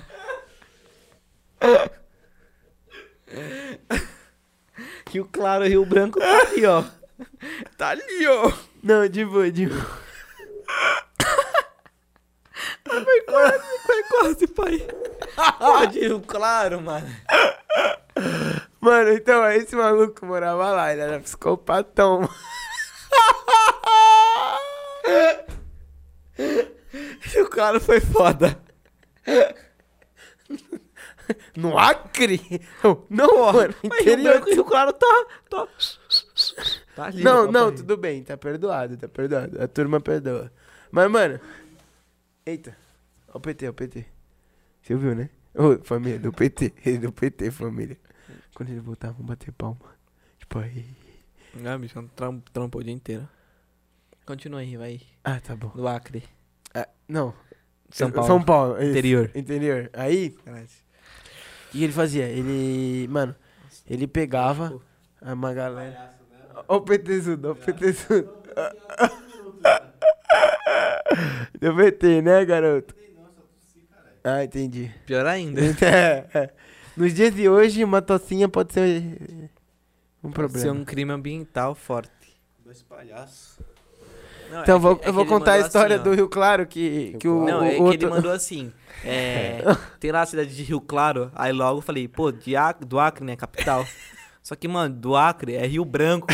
[SPEAKER 4] Rio Claro e Rio Branco tá ali, ó. Tá ali, ó.
[SPEAKER 1] Não, de boa, de boa.
[SPEAKER 4] Vai quase, vai quase, pai. Pode, Rio Claro, mano.
[SPEAKER 1] Mano, então, aí esse maluco morava lá, ele era psicopatão, mano.
[SPEAKER 4] Rio Claro foi foda.
[SPEAKER 1] No Acre? Eu, Não, mano,
[SPEAKER 4] Mas Rio
[SPEAKER 1] interior.
[SPEAKER 4] Branco e Rio Claro tá. tá... tá ali na
[SPEAKER 1] Não,
[SPEAKER 4] Copa
[SPEAKER 1] não,
[SPEAKER 4] Rio.
[SPEAKER 1] tudo bem, tá perdoado, tá perdoado. A turma perdoa. Mas, mano. Eita. Ó o PT, ó o PT. Você ouviu, né? Ô, família, do PT. Do PT, família. Quando ele voltar, vamos bater palma. Tipo, aí.
[SPEAKER 4] Ah, bicho, tram, trampou o dia inteiro. Continua aí, vai.
[SPEAKER 1] Ah, tá bom.
[SPEAKER 4] Do Acre.
[SPEAKER 1] Ah, não.
[SPEAKER 4] São Paulo.
[SPEAKER 1] São Paulo. isso.
[SPEAKER 4] Interior.
[SPEAKER 1] Interior. Aí,
[SPEAKER 4] Caralho.
[SPEAKER 1] o que ele fazia? Ele. Mano, ele pegava uma galera.
[SPEAKER 2] Palhaço, né?
[SPEAKER 1] Ó o PTzudo, ó o PTzudo. Deu PT, né, garoto? Ah, entendi.
[SPEAKER 4] Pior ainda.
[SPEAKER 1] É, é. Nos dias de hoje, uma tocinha pode ser um problema.
[SPEAKER 4] Ser um crime ambiental forte.
[SPEAKER 2] Dois palhaços.
[SPEAKER 4] Não,
[SPEAKER 1] Então,
[SPEAKER 4] é
[SPEAKER 1] vou-
[SPEAKER 4] que- é
[SPEAKER 1] eu vou
[SPEAKER 4] que ele
[SPEAKER 1] contar a
[SPEAKER 4] mandou
[SPEAKER 1] história
[SPEAKER 4] assim,
[SPEAKER 1] do
[SPEAKER 4] ó.
[SPEAKER 1] Rio Claro, que, que o,
[SPEAKER 4] Não, é
[SPEAKER 1] o
[SPEAKER 4] que ele
[SPEAKER 1] outro...
[SPEAKER 4] mandou assim. é, tem lá a cidade de Rio Claro. Aí logo eu falei, pô, de Ac- do Acre, né? Capital. Só que, mano, do Acre é Rio Branco,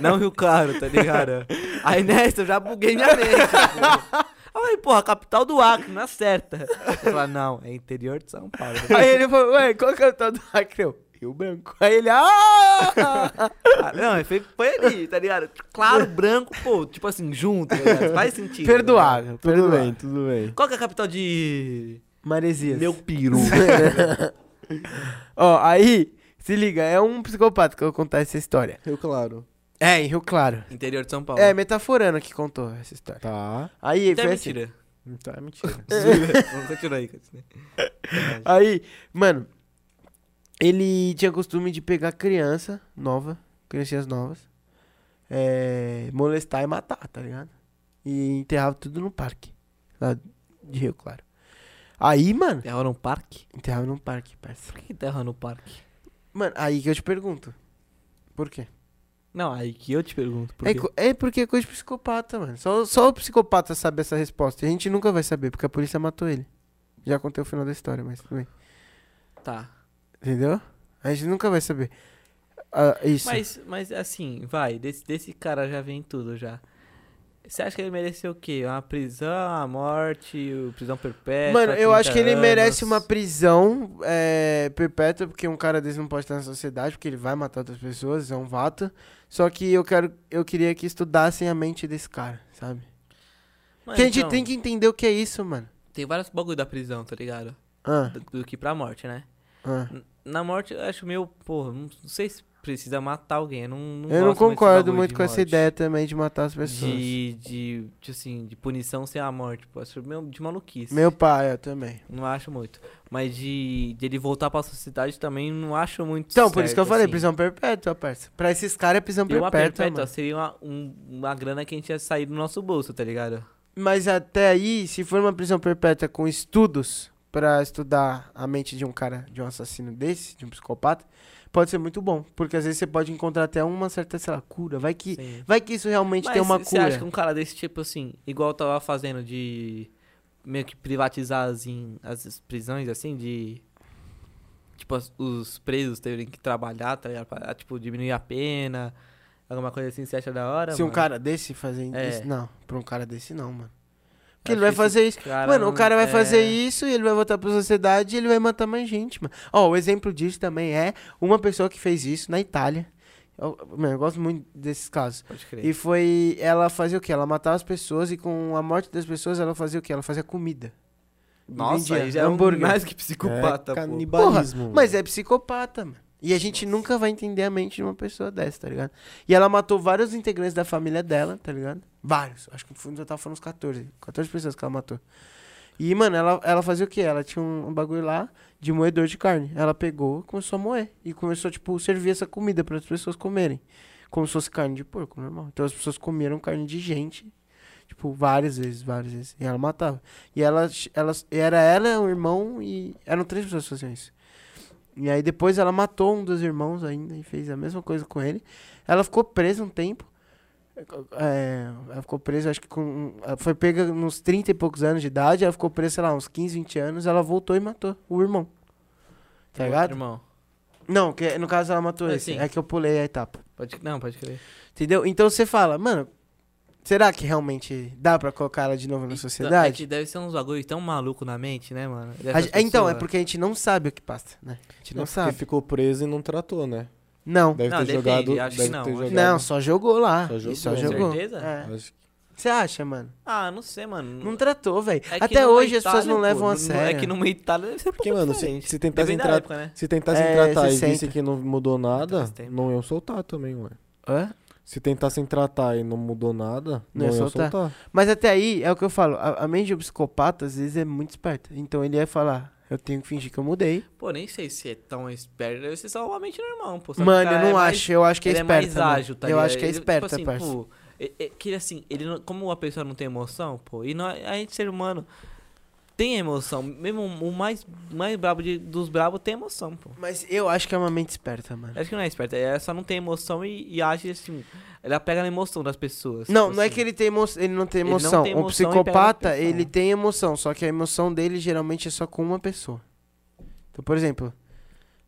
[SPEAKER 4] não Rio Claro, tá ligado? Aí nessa eu já buguei minha mente. assim, pô. Aí eu falei, porra, capital do Acre, não é acerta. Eu falei, não, é interior de São Paulo.
[SPEAKER 1] Aí ele falou, ué, qual que é o tal do Acre? Eu, Rio Branco. Aí ele, ah!
[SPEAKER 4] Ah, Não, foi, foi ali, tá ligado? Claro, branco, pô, tipo assim, junto, tá ligado? faz sentido. tá ligado?
[SPEAKER 1] perdoável,
[SPEAKER 3] Tudo
[SPEAKER 1] perdoável.
[SPEAKER 3] bem, tudo bem.
[SPEAKER 4] Qual que é a capital de...
[SPEAKER 1] Maresias.
[SPEAKER 4] Meu peru.
[SPEAKER 1] Ó, aí, se liga, é um psicopata que eu vou contar essa história.
[SPEAKER 3] Eu, claro.
[SPEAKER 1] É, em Rio Claro.
[SPEAKER 4] Interior de São Paulo.
[SPEAKER 1] É, metaforando que contou essa história.
[SPEAKER 3] Tá.
[SPEAKER 1] Aí,
[SPEAKER 4] Até
[SPEAKER 1] foi assim.
[SPEAKER 4] mentira.
[SPEAKER 3] Tá, é mentira.
[SPEAKER 4] Vamos continuar aí, né? É Cassini.
[SPEAKER 1] Aí, mano, ele tinha costume de pegar criança nova, criancinhas novas, é, molestar e matar, tá ligado? E enterrava tudo no parque, lá de Rio Claro. Aí, mano,
[SPEAKER 4] Terra no parque?
[SPEAKER 1] enterrava num parque, parceiro.
[SPEAKER 4] Por que terra no parque?
[SPEAKER 1] Mano, aí que eu te pergunto. Por quê?
[SPEAKER 4] Não, aí que eu te pergunto. Por
[SPEAKER 1] é,
[SPEAKER 4] quê?
[SPEAKER 1] co- é porque é coisa de psicopata, mano. Só, só o psicopata sabe essa resposta. E a gente nunca vai saber, porque a polícia matou ele. Já contei o final da história, mas tudo bem.
[SPEAKER 4] Tá.
[SPEAKER 1] Entendeu? A gente nunca vai saber. Ah, isso.
[SPEAKER 4] Mas, mas assim, vai, desse, desse cara já vem tudo já. Você acha que ele mereceu o quê? Uma prisão, a morte, o- prisão perpétua?
[SPEAKER 1] Mano, eu acho
[SPEAKER 4] 30
[SPEAKER 1] que ele merece uma
[SPEAKER 4] anos?
[SPEAKER 1] prisão é, perpétua, porque um cara desse não pode estar na sociedade, porque ele vai matar outras pessoas, é um vato. Só que eu quero, eu queria que estudassem a mente desse cara, sabe?
[SPEAKER 4] Mano,
[SPEAKER 1] que a gente
[SPEAKER 4] então,
[SPEAKER 1] tem que entender o que é isso, mano.
[SPEAKER 4] Tem vários bagulho da prisão, tá ligado?
[SPEAKER 1] Ah,
[SPEAKER 4] Do, do que pra morte, né?
[SPEAKER 1] ah.
[SPEAKER 4] N- Na morte, eu acho meio, porra, não não sei se precisa matar alguém. Eu não, não
[SPEAKER 1] eu não
[SPEAKER 4] gosto muito desse
[SPEAKER 1] concordo
[SPEAKER 4] bagulho
[SPEAKER 1] muito
[SPEAKER 4] de
[SPEAKER 1] com essa
[SPEAKER 4] morte.
[SPEAKER 1] ideia também de matar as pessoas.
[SPEAKER 4] De, de, de, assim, de punição sem a morte, pô. Acho meio de maluquice.
[SPEAKER 1] Meu pai, eu também.
[SPEAKER 4] Não acho muito. Mas de, de ele voltar pra sociedade também não acho muito
[SPEAKER 1] Então, por isso
[SPEAKER 4] certo,
[SPEAKER 1] que eu falei,
[SPEAKER 4] assim.
[SPEAKER 1] prisão perpétua, parça. Pra esses caras é prisão
[SPEAKER 4] E uma
[SPEAKER 1] perpétua,
[SPEAKER 4] perpétua
[SPEAKER 1] mano.
[SPEAKER 4] seria uma, um- uma grana que a gente ia sair do nosso bolso, tá ligado?
[SPEAKER 1] Mas até aí, se for uma prisão perpétua com estudos pra estudar a mente de um cara, de um assassino desse, de um psicopata, pode ser muito bom, porque às vezes você pode encontrar até uma certa, sei lá, cura. Vai que,
[SPEAKER 4] Sim.
[SPEAKER 1] vai que isso realmente
[SPEAKER 4] Mas
[SPEAKER 1] tem uma
[SPEAKER 4] você
[SPEAKER 1] cura.
[SPEAKER 4] acha que um cara desse tipo assim, igual eu tava fazendo de meio que privatizar as, em- as prisões, assim, de. Tipo, as- os presos terem que trabalhar, tá ligado? Pra, tipo, diminuir a pena, alguma coisa assim, você acha da hora?
[SPEAKER 1] Se um
[SPEAKER 4] mano?
[SPEAKER 1] cara desse fazer
[SPEAKER 4] É.
[SPEAKER 1] isso, não, pra um cara desse não, mano. Porque
[SPEAKER 4] Eu
[SPEAKER 1] ele
[SPEAKER 4] acho
[SPEAKER 1] vai
[SPEAKER 4] que
[SPEAKER 1] fazer isso.
[SPEAKER 4] esse cara
[SPEAKER 1] mano,
[SPEAKER 4] não-
[SPEAKER 1] o cara vai
[SPEAKER 4] é.
[SPEAKER 1] fazer isso e ele vai voltar pra sociedade e ele vai matar mais gente, mano. Ó, o exemplo disso também é uma pessoa que fez isso na Itália. Eu- mano, eu gosto muito desses casos.
[SPEAKER 4] Pode crer.
[SPEAKER 1] E foi. Ela fazia o quê? Ela matava as pessoas e com a morte das pessoas ela fazia o quê? Ela fazia comida.
[SPEAKER 4] Nossa,
[SPEAKER 1] Vendia
[SPEAKER 4] aí já é um
[SPEAKER 1] hambúrguer.
[SPEAKER 4] mais que psicopata,
[SPEAKER 3] é
[SPEAKER 4] pô.
[SPEAKER 3] canibalismo.
[SPEAKER 1] tá, Porra, mas é psicopata, mano. E a gente nunca vai entender a mente de uma pessoa dessa, tá ligado? E ela matou vários integrantes da família dela, tá ligado? Vários. Acho que no total foram uns 14. 14 pessoas que ela matou. E, mano, ela, ela fazia o quê? Ela tinha um, um bagulho lá de moedor de carne. Ela pegou e começou a moer. E começou, tipo, servir essa comida para as pessoas comerem. Como se fosse carne de porco, normal. Então as pessoas comeram carne de gente. Tipo, várias vezes, várias vezes. E ela matava. E ela, ela era ela, o irmão e. Eram três pessoas que faziam isso. E aí depois ela matou um dos irmãos ainda e fez a mesma coisa com ele. Ela ficou presa um tempo. É, ela ficou presa, acho que com. Ela foi pega nos 30 e poucos anos de idade. Ela ficou presa, sei lá, uns 15, 20 anos. Ela voltou e matou o irmão. Tá ligado?
[SPEAKER 4] Irmão,
[SPEAKER 1] Não, que, no caso ela matou
[SPEAKER 4] É,
[SPEAKER 1] esse.
[SPEAKER 4] sim.
[SPEAKER 1] É que eu pulei a etapa.
[SPEAKER 4] pode, não, pode crer.
[SPEAKER 1] Entendeu? Então você fala, mano, Será que realmente dá pra colocar ela de novo na
[SPEAKER 4] Então, É que
[SPEAKER 1] sociedade?
[SPEAKER 4] deve ser uns bagulho tão maluco na mente, né, mano?
[SPEAKER 1] A
[SPEAKER 4] Dessas
[SPEAKER 1] gen- é, então, é
[SPEAKER 4] pessoas.
[SPEAKER 1] porque a gente não sabe o que passa, né? A gente não
[SPEAKER 4] É
[SPEAKER 3] porque
[SPEAKER 1] sabe.
[SPEAKER 3] ficou preso e não tratou, né?
[SPEAKER 1] Não.
[SPEAKER 3] Deve
[SPEAKER 4] Não,
[SPEAKER 3] ter
[SPEAKER 4] depende,
[SPEAKER 3] jogado.
[SPEAKER 4] acho que
[SPEAKER 3] deve
[SPEAKER 4] não,
[SPEAKER 3] ter
[SPEAKER 4] acho que
[SPEAKER 1] Não,
[SPEAKER 3] jogado.
[SPEAKER 1] só jogou lá.
[SPEAKER 3] Só
[SPEAKER 1] E Só
[SPEAKER 3] jogou.
[SPEAKER 1] jogou.
[SPEAKER 4] Certeza?
[SPEAKER 1] É.
[SPEAKER 3] Acho que-
[SPEAKER 1] Você acha, mano?
[SPEAKER 4] Ah, não sei, mano.
[SPEAKER 1] Não tratou, velho.
[SPEAKER 4] É que
[SPEAKER 1] Até
[SPEAKER 4] numa
[SPEAKER 1] hoje as pessoas
[SPEAKER 4] Itália,
[SPEAKER 1] não
[SPEAKER 4] pô,
[SPEAKER 1] levam a
[SPEAKER 4] numa-
[SPEAKER 1] sério.
[SPEAKER 4] É que numa Itália deve ser um
[SPEAKER 3] Porque,
[SPEAKER 4] pouco
[SPEAKER 3] mano, se,
[SPEAKER 4] diferente.
[SPEAKER 3] se tentassem
[SPEAKER 4] Depende da
[SPEAKER 3] entrar,
[SPEAKER 4] época, né?
[SPEAKER 3] se tentassem
[SPEAKER 1] É,
[SPEAKER 3] tratar e
[SPEAKER 1] 60.
[SPEAKER 3] visse que não mudou nada,
[SPEAKER 4] Faz tempo.
[SPEAKER 3] não iam soltar também, ué.
[SPEAKER 1] Hã?
[SPEAKER 3] Se tentassem tratar e não mudou nada,
[SPEAKER 1] Não
[SPEAKER 3] não,
[SPEAKER 1] ia
[SPEAKER 3] iam
[SPEAKER 1] soltar.
[SPEAKER 3] soltar.
[SPEAKER 1] Mas até aí, é o que eu falo. A, a mente de um psicopata, às vezes, é muito esperta. Então ele ia falar, eu tenho que fingir que eu mudei.
[SPEAKER 4] Pô, nem sei se é tão esperto. Deve ser só uma mente normal, pô. Só que o
[SPEAKER 1] Mano, eu
[SPEAKER 4] cara é
[SPEAKER 1] não
[SPEAKER 4] mais-
[SPEAKER 1] acho. Eu acho que é
[SPEAKER 4] ele
[SPEAKER 1] esperta.
[SPEAKER 4] é mais
[SPEAKER 1] mano.
[SPEAKER 4] ágil, tá
[SPEAKER 1] Eu
[SPEAKER 4] ligado?
[SPEAKER 1] acho que é
[SPEAKER 4] Ele,
[SPEAKER 1] esperta,
[SPEAKER 4] tipo assim,
[SPEAKER 1] parça.
[SPEAKER 4] pô, é- é que assim, ele não- como a pessoa não tem emoção, pô, e nós- a gente, ser humano, tem emoção. Mesmo o mais, mais brabo de- dos brabos tem emoção, pô.
[SPEAKER 1] Mas eu acho que é uma mente esperta, mano.
[SPEAKER 4] Acho que não é esperto, ela só não tem emoção e, e age assim. Ela pega na emoção das pessoas.
[SPEAKER 1] Não,
[SPEAKER 4] tipo
[SPEAKER 1] não é
[SPEAKER 4] assim.
[SPEAKER 1] que ele tem emo... ele não tem
[SPEAKER 4] Ele não
[SPEAKER 1] emoção.
[SPEAKER 4] tem
[SPEAKER 1] o
[SPEAKER 4] emoção e pega na
[SPEAKER 1] psicopata,
[SPEAKER 4] pessoa.
[SPEAKER 1] ele tem emoção, só que a emoção dele geralmente é só com uma pessoa. Então, por exemplo,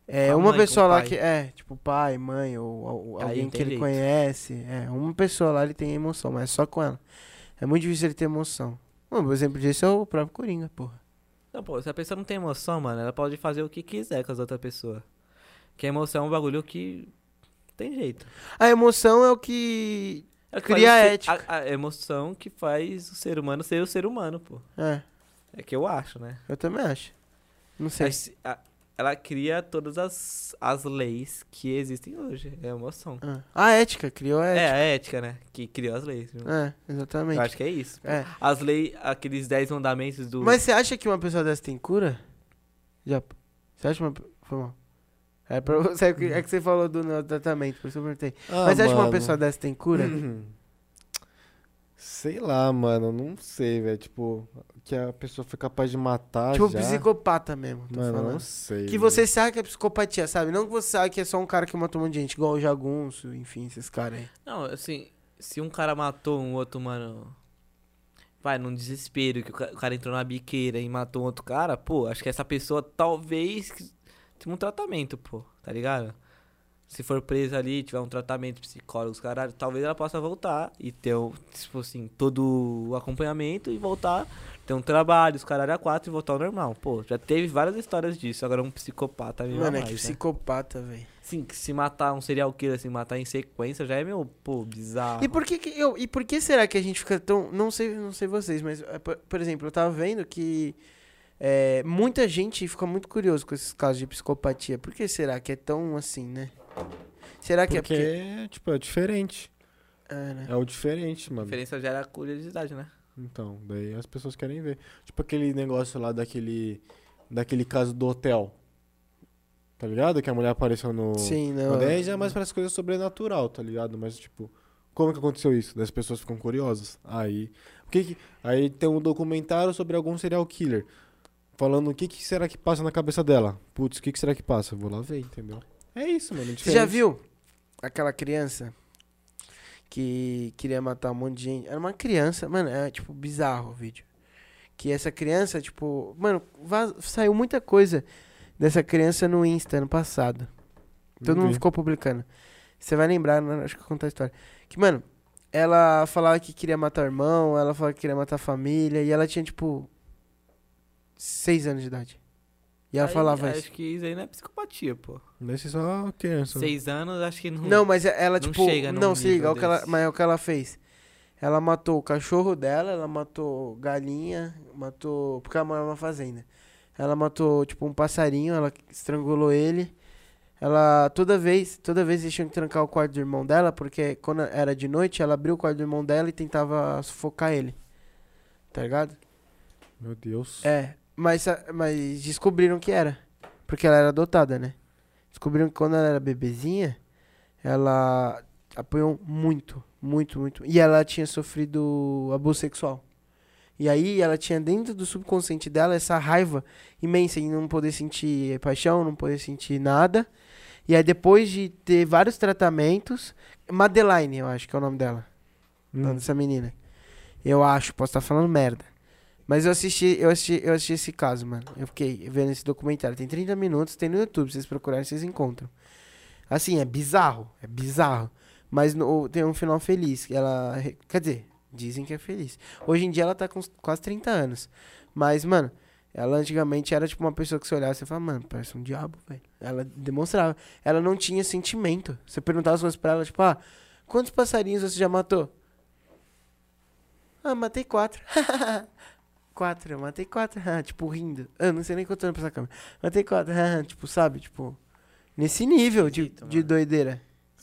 [SPEAKER 1] é
[SPEAKER 4] Com a
[SPEAKER 1] uma
[SPEAKER 4] mãe, com
[SPEAKER 1] pessoa
[SPEAKER 4] o
[SPEAKER 1] lá
[SPEAKER 4] pai.
[SPEAKER 1] que é, tipo, pai, mãe ou, ou
[SPEAKER 4] Aí
[SPEAKER 1] alguém
[SPEAKER 4] não
[SPEAKER 1] que
[SPEAKER 4] tem
[SPEAKER 1] ele
[SPEAKER 4] jeito.
[SPEAKER 1] conhece, é, uma pessoa lá ele tem emoção, mas é só com ela. É muito difícil ele ter emoção. Um exemplo disso é o próprio Coringa, porra.
[SPEAKER 4] Não, pô, se a pessoa não tem emoção, mano, ela pode fazer o que quiser com as outras pessoas. Que a emoção é um bagulho que. Tem jeito.
[SPEAKER 1] A emoção é o que
[SPEAKER 4] É o que
[SPEAKER 1] Cria
[SPEAKER 4] faz o ser-
[SPEAKER 1] ética.
[SPEAKER 4] A, a emoção que faz o ser humano ser o ser humano, pô.
[SPEAKER 1] é,
[SPEAKER 4] É que eu acho, né?
[SPEAKER 1] eu também acho. Não sei.
[SPEAKER 4] Aí se- a- ela cria todas as, as leis que existem hoje. É a emoção.
[SPEAKER 1] Ah, A ética criou a
[SPEAKER 4] É,
[SPEAKER 1] ética.
[SPEAKER 4] a ética, né? Que criou as leis. viu?
[SPEAKER 1] É,
[SPEAKER 4] Eu
[SPEAKER 1] exatamente.
[SPEAKER 4] acho que é isso.
[SPEAKER 1] É.
[SPEAKER 4] As leis, aqueles 10 mandamentos do.
[SPEAKER 1] Mas você acha que uma pessoa dessa tem cura? Já. Você acha uma. pe- Foi mal. É, pra você, é, que, é que você falou do no- tratamento, por isso eu perguntei.
[SPEAKER 3] Ah,
[SPEAKER 1] Mas você acha que uma
[SPEAKER 3] mano. Uhum.
[SPEAKER 1] pessoa dessa tem cura?
[SPEAKER 3] Sei lá, mano, não sei, velho. Tipo, que a pessoa foi capaz de matar
[SPEAKER 1] tipo,
[SPEAKER 3] Ah, já.
[SPEAKER 1] psicopata mesmo, tô
[SPEAKER 3] Mano, não
[SPEAKER 1] falando.
[SPEAKER 3] sei.
[SPEAKER 1] Que
[SPEAKER 3] velho.
[SPEAKER 1] você sabe que é psicopatia, sabe? Não que você sabe que é só um cara que matou um monte de gente, igual o Jagunço, enfim, esses caras aí.
[SPEAKER 4] Não, assim, se um cara matou um outro, mano. Vai, num desespero, que o ca- o cara entrou na biqueira e matou um outro cara, pô, acho que essa pessoa talvez que- tenha um tratamento, pô, tá ligado? Se for presa ali, tiver um tratamento, psicólogos, caralho, talvez ela possa voltar e ter, o- tipo assim, todo o acompanhamento e voltar, ter um trabalho, os caralho a quatro e voltar ao normal. Pô, já teve várias histórias disso, agora um psicopata mesmo.
[SPEAKER 1] Mano,
[SPEAKER 4] a
[SPEAKER 1] é que
[SPEAKER 4] mais, né?
[SPEAKER 1] psicopata, velho.
[SPEAKER 4] Sim, que se matar um serial killer, se matar em sequência, já é meu, pô,
[SPEAKER 3] Ah,
[SPEAKER 4] bizarro.
[SPEAKER 1] E por que, que eu, e por que será que a gente fica tão, não sei, não sei vocês, mas eh, por, por exemplo, eu tava vendo que eh, muita gente fica muito curioso com esses casos de psicopatia. Por que será que é tão assim, né? Será que
[SPEAKER 3] Porque,
[SPEAKER 1] é porque
[SPEAKER 3] tipo, é diferente.
[SPEAKER 1] É, né?
[SPEAKER 3] É o diferente,
[SPEAKER 4] A
[SPEAKER 3] mano.
[SPEAKER 4] diferença já era curiosidade, né?
[SPEAKER 3] Então, daí as pessoas querem ver. Tipo aquele negócio lá daquele. Daquele caso do hotel. Tá ligado? Que a mulher apareceu no.
[SPEAKER 1] Sim,
[SPEAKER 3] Mas
[SPEAKER 1] não.
[SPEAKER 3] Daí já é mais parece coisa sobrenatural, tá ligado? Mas, tipo, como que aconteceu isso? Daí As pessoas ficam curiosas. Aí, o que que- aí tem um documentário sobre algum serial killer. Falando o que, que será que passa na cabeça dela. Putz, o que, que será que passa? Eu Vou lá ver, entendeu? É isso, mano. é
[SPEAKER 1] Você já
[SPEAKER 3] diferente.
[SPEAKER 1] viu aquela criança que queria matar um monte de gente? Era uma criança, mano, é tipo bizarro o vídeo. Que essa criança, tipo, mano, vaz- saiu muita coisa dessa criança no Insta ano passado. Todo
[SPEAKER 3] Não
[SPEAKER 1] mundo
[SPEAKER 3] vi.
[SPEAKER 1] Então ficou publicando. Você vai lembrar, né? acho que eu contar a história. Que, mano, ela falava que queria matar o irmão, ela falava que queria matar a família, e ela tinha, tipo, seis anos de idade. E ela
[SPEAKER 4] Aí,
[SPEAKER 1] falava
[SPEAKER 4] acho
[SPEAKER 1] isso.
[SPEAKER 4] que isso aí não é psicopatia, pô.
[SPEAKER 3] Mas isso é só criança. né?
[SPEAKER 4] Seis anos, acho que não.
[SPEAKER 1] Não, mas e- ela,
[SPEAKER 4] não
[SPEAKER 1] tipo,
[SPEAKER 4] chega num
[SPEAKER 1] não, se liga,
[SPEAKER 4] nível
[SPEAKER 1] é o que ela,
[SPEAKER 4] desse.
[SPEAKER 1] mas é o que ela fez. Ela matou o cachorro dela, ela matou galinha, matou. Porque ela mora numa fazenda. Ela matou, tipo, um passarinho, ela estrangulou ele. Ela, toda vez, toda vez eles tinham que trancar o quarto do irmão dela, porque quando era de noite, ela abriu o quarto do irmão dela e tentava sufocar ele. Tá ligado?
[SPEAKER 3] Meu Deus.
[SPEAKER 1] É, mas, a- mas descobriram que era. Porque ela era adotada, né? Descobriram que quando ela era bebezinha, ela apanhou muito, muito, muito. E ela tinha sofrido abuso sexual. E aí ela tinha dentro do subconsciente dela essa raiva imensa em não poder sentir paixão, não poder sentir nada. E aí depois de ter vários tratamentos, Madeline, eu acho que é o nome dela
[SPEAKER 3] Hum.
[SPEAKER 1] da- dessa menina. Eu acho, posso estar falando merda. Mas eu assisti, eu assisti, eu assisti esse caso, mano. Eu fiquei vendo esse documentário. Tem 30 minutos, tem no YouTube, vocês procurarem, vocês encontram. Assim, é bizarro, é bizarro. Mas no- tem um final feliz. que Ela. re- Quer dizer, Dizem que é feliz. Hoje em dia ela tá com uns quase 30 anos. Mas, mano, ela antigamente era tipo uma pessoa que você olhava e você falava, mano, parece um diabo, velho. Ela demonstrava. Ela não tinha sentimento. Você perguntava as coisas pra ela, tipo, ah, quantos passarinhos você já matou? Ah, matei quatro. quatro, eu matei quatro. Ah, tipo, rindo. Eu não sei nem contando pra essa câmera. Matei quatro. Ah, tipo, sabe? Tipo, nesse nível de,
[SPEAKER 4] Esquisito,
[SPEAKER 1] de
[SPEAKER 4] mano.
[SPEAKER 1] doideira.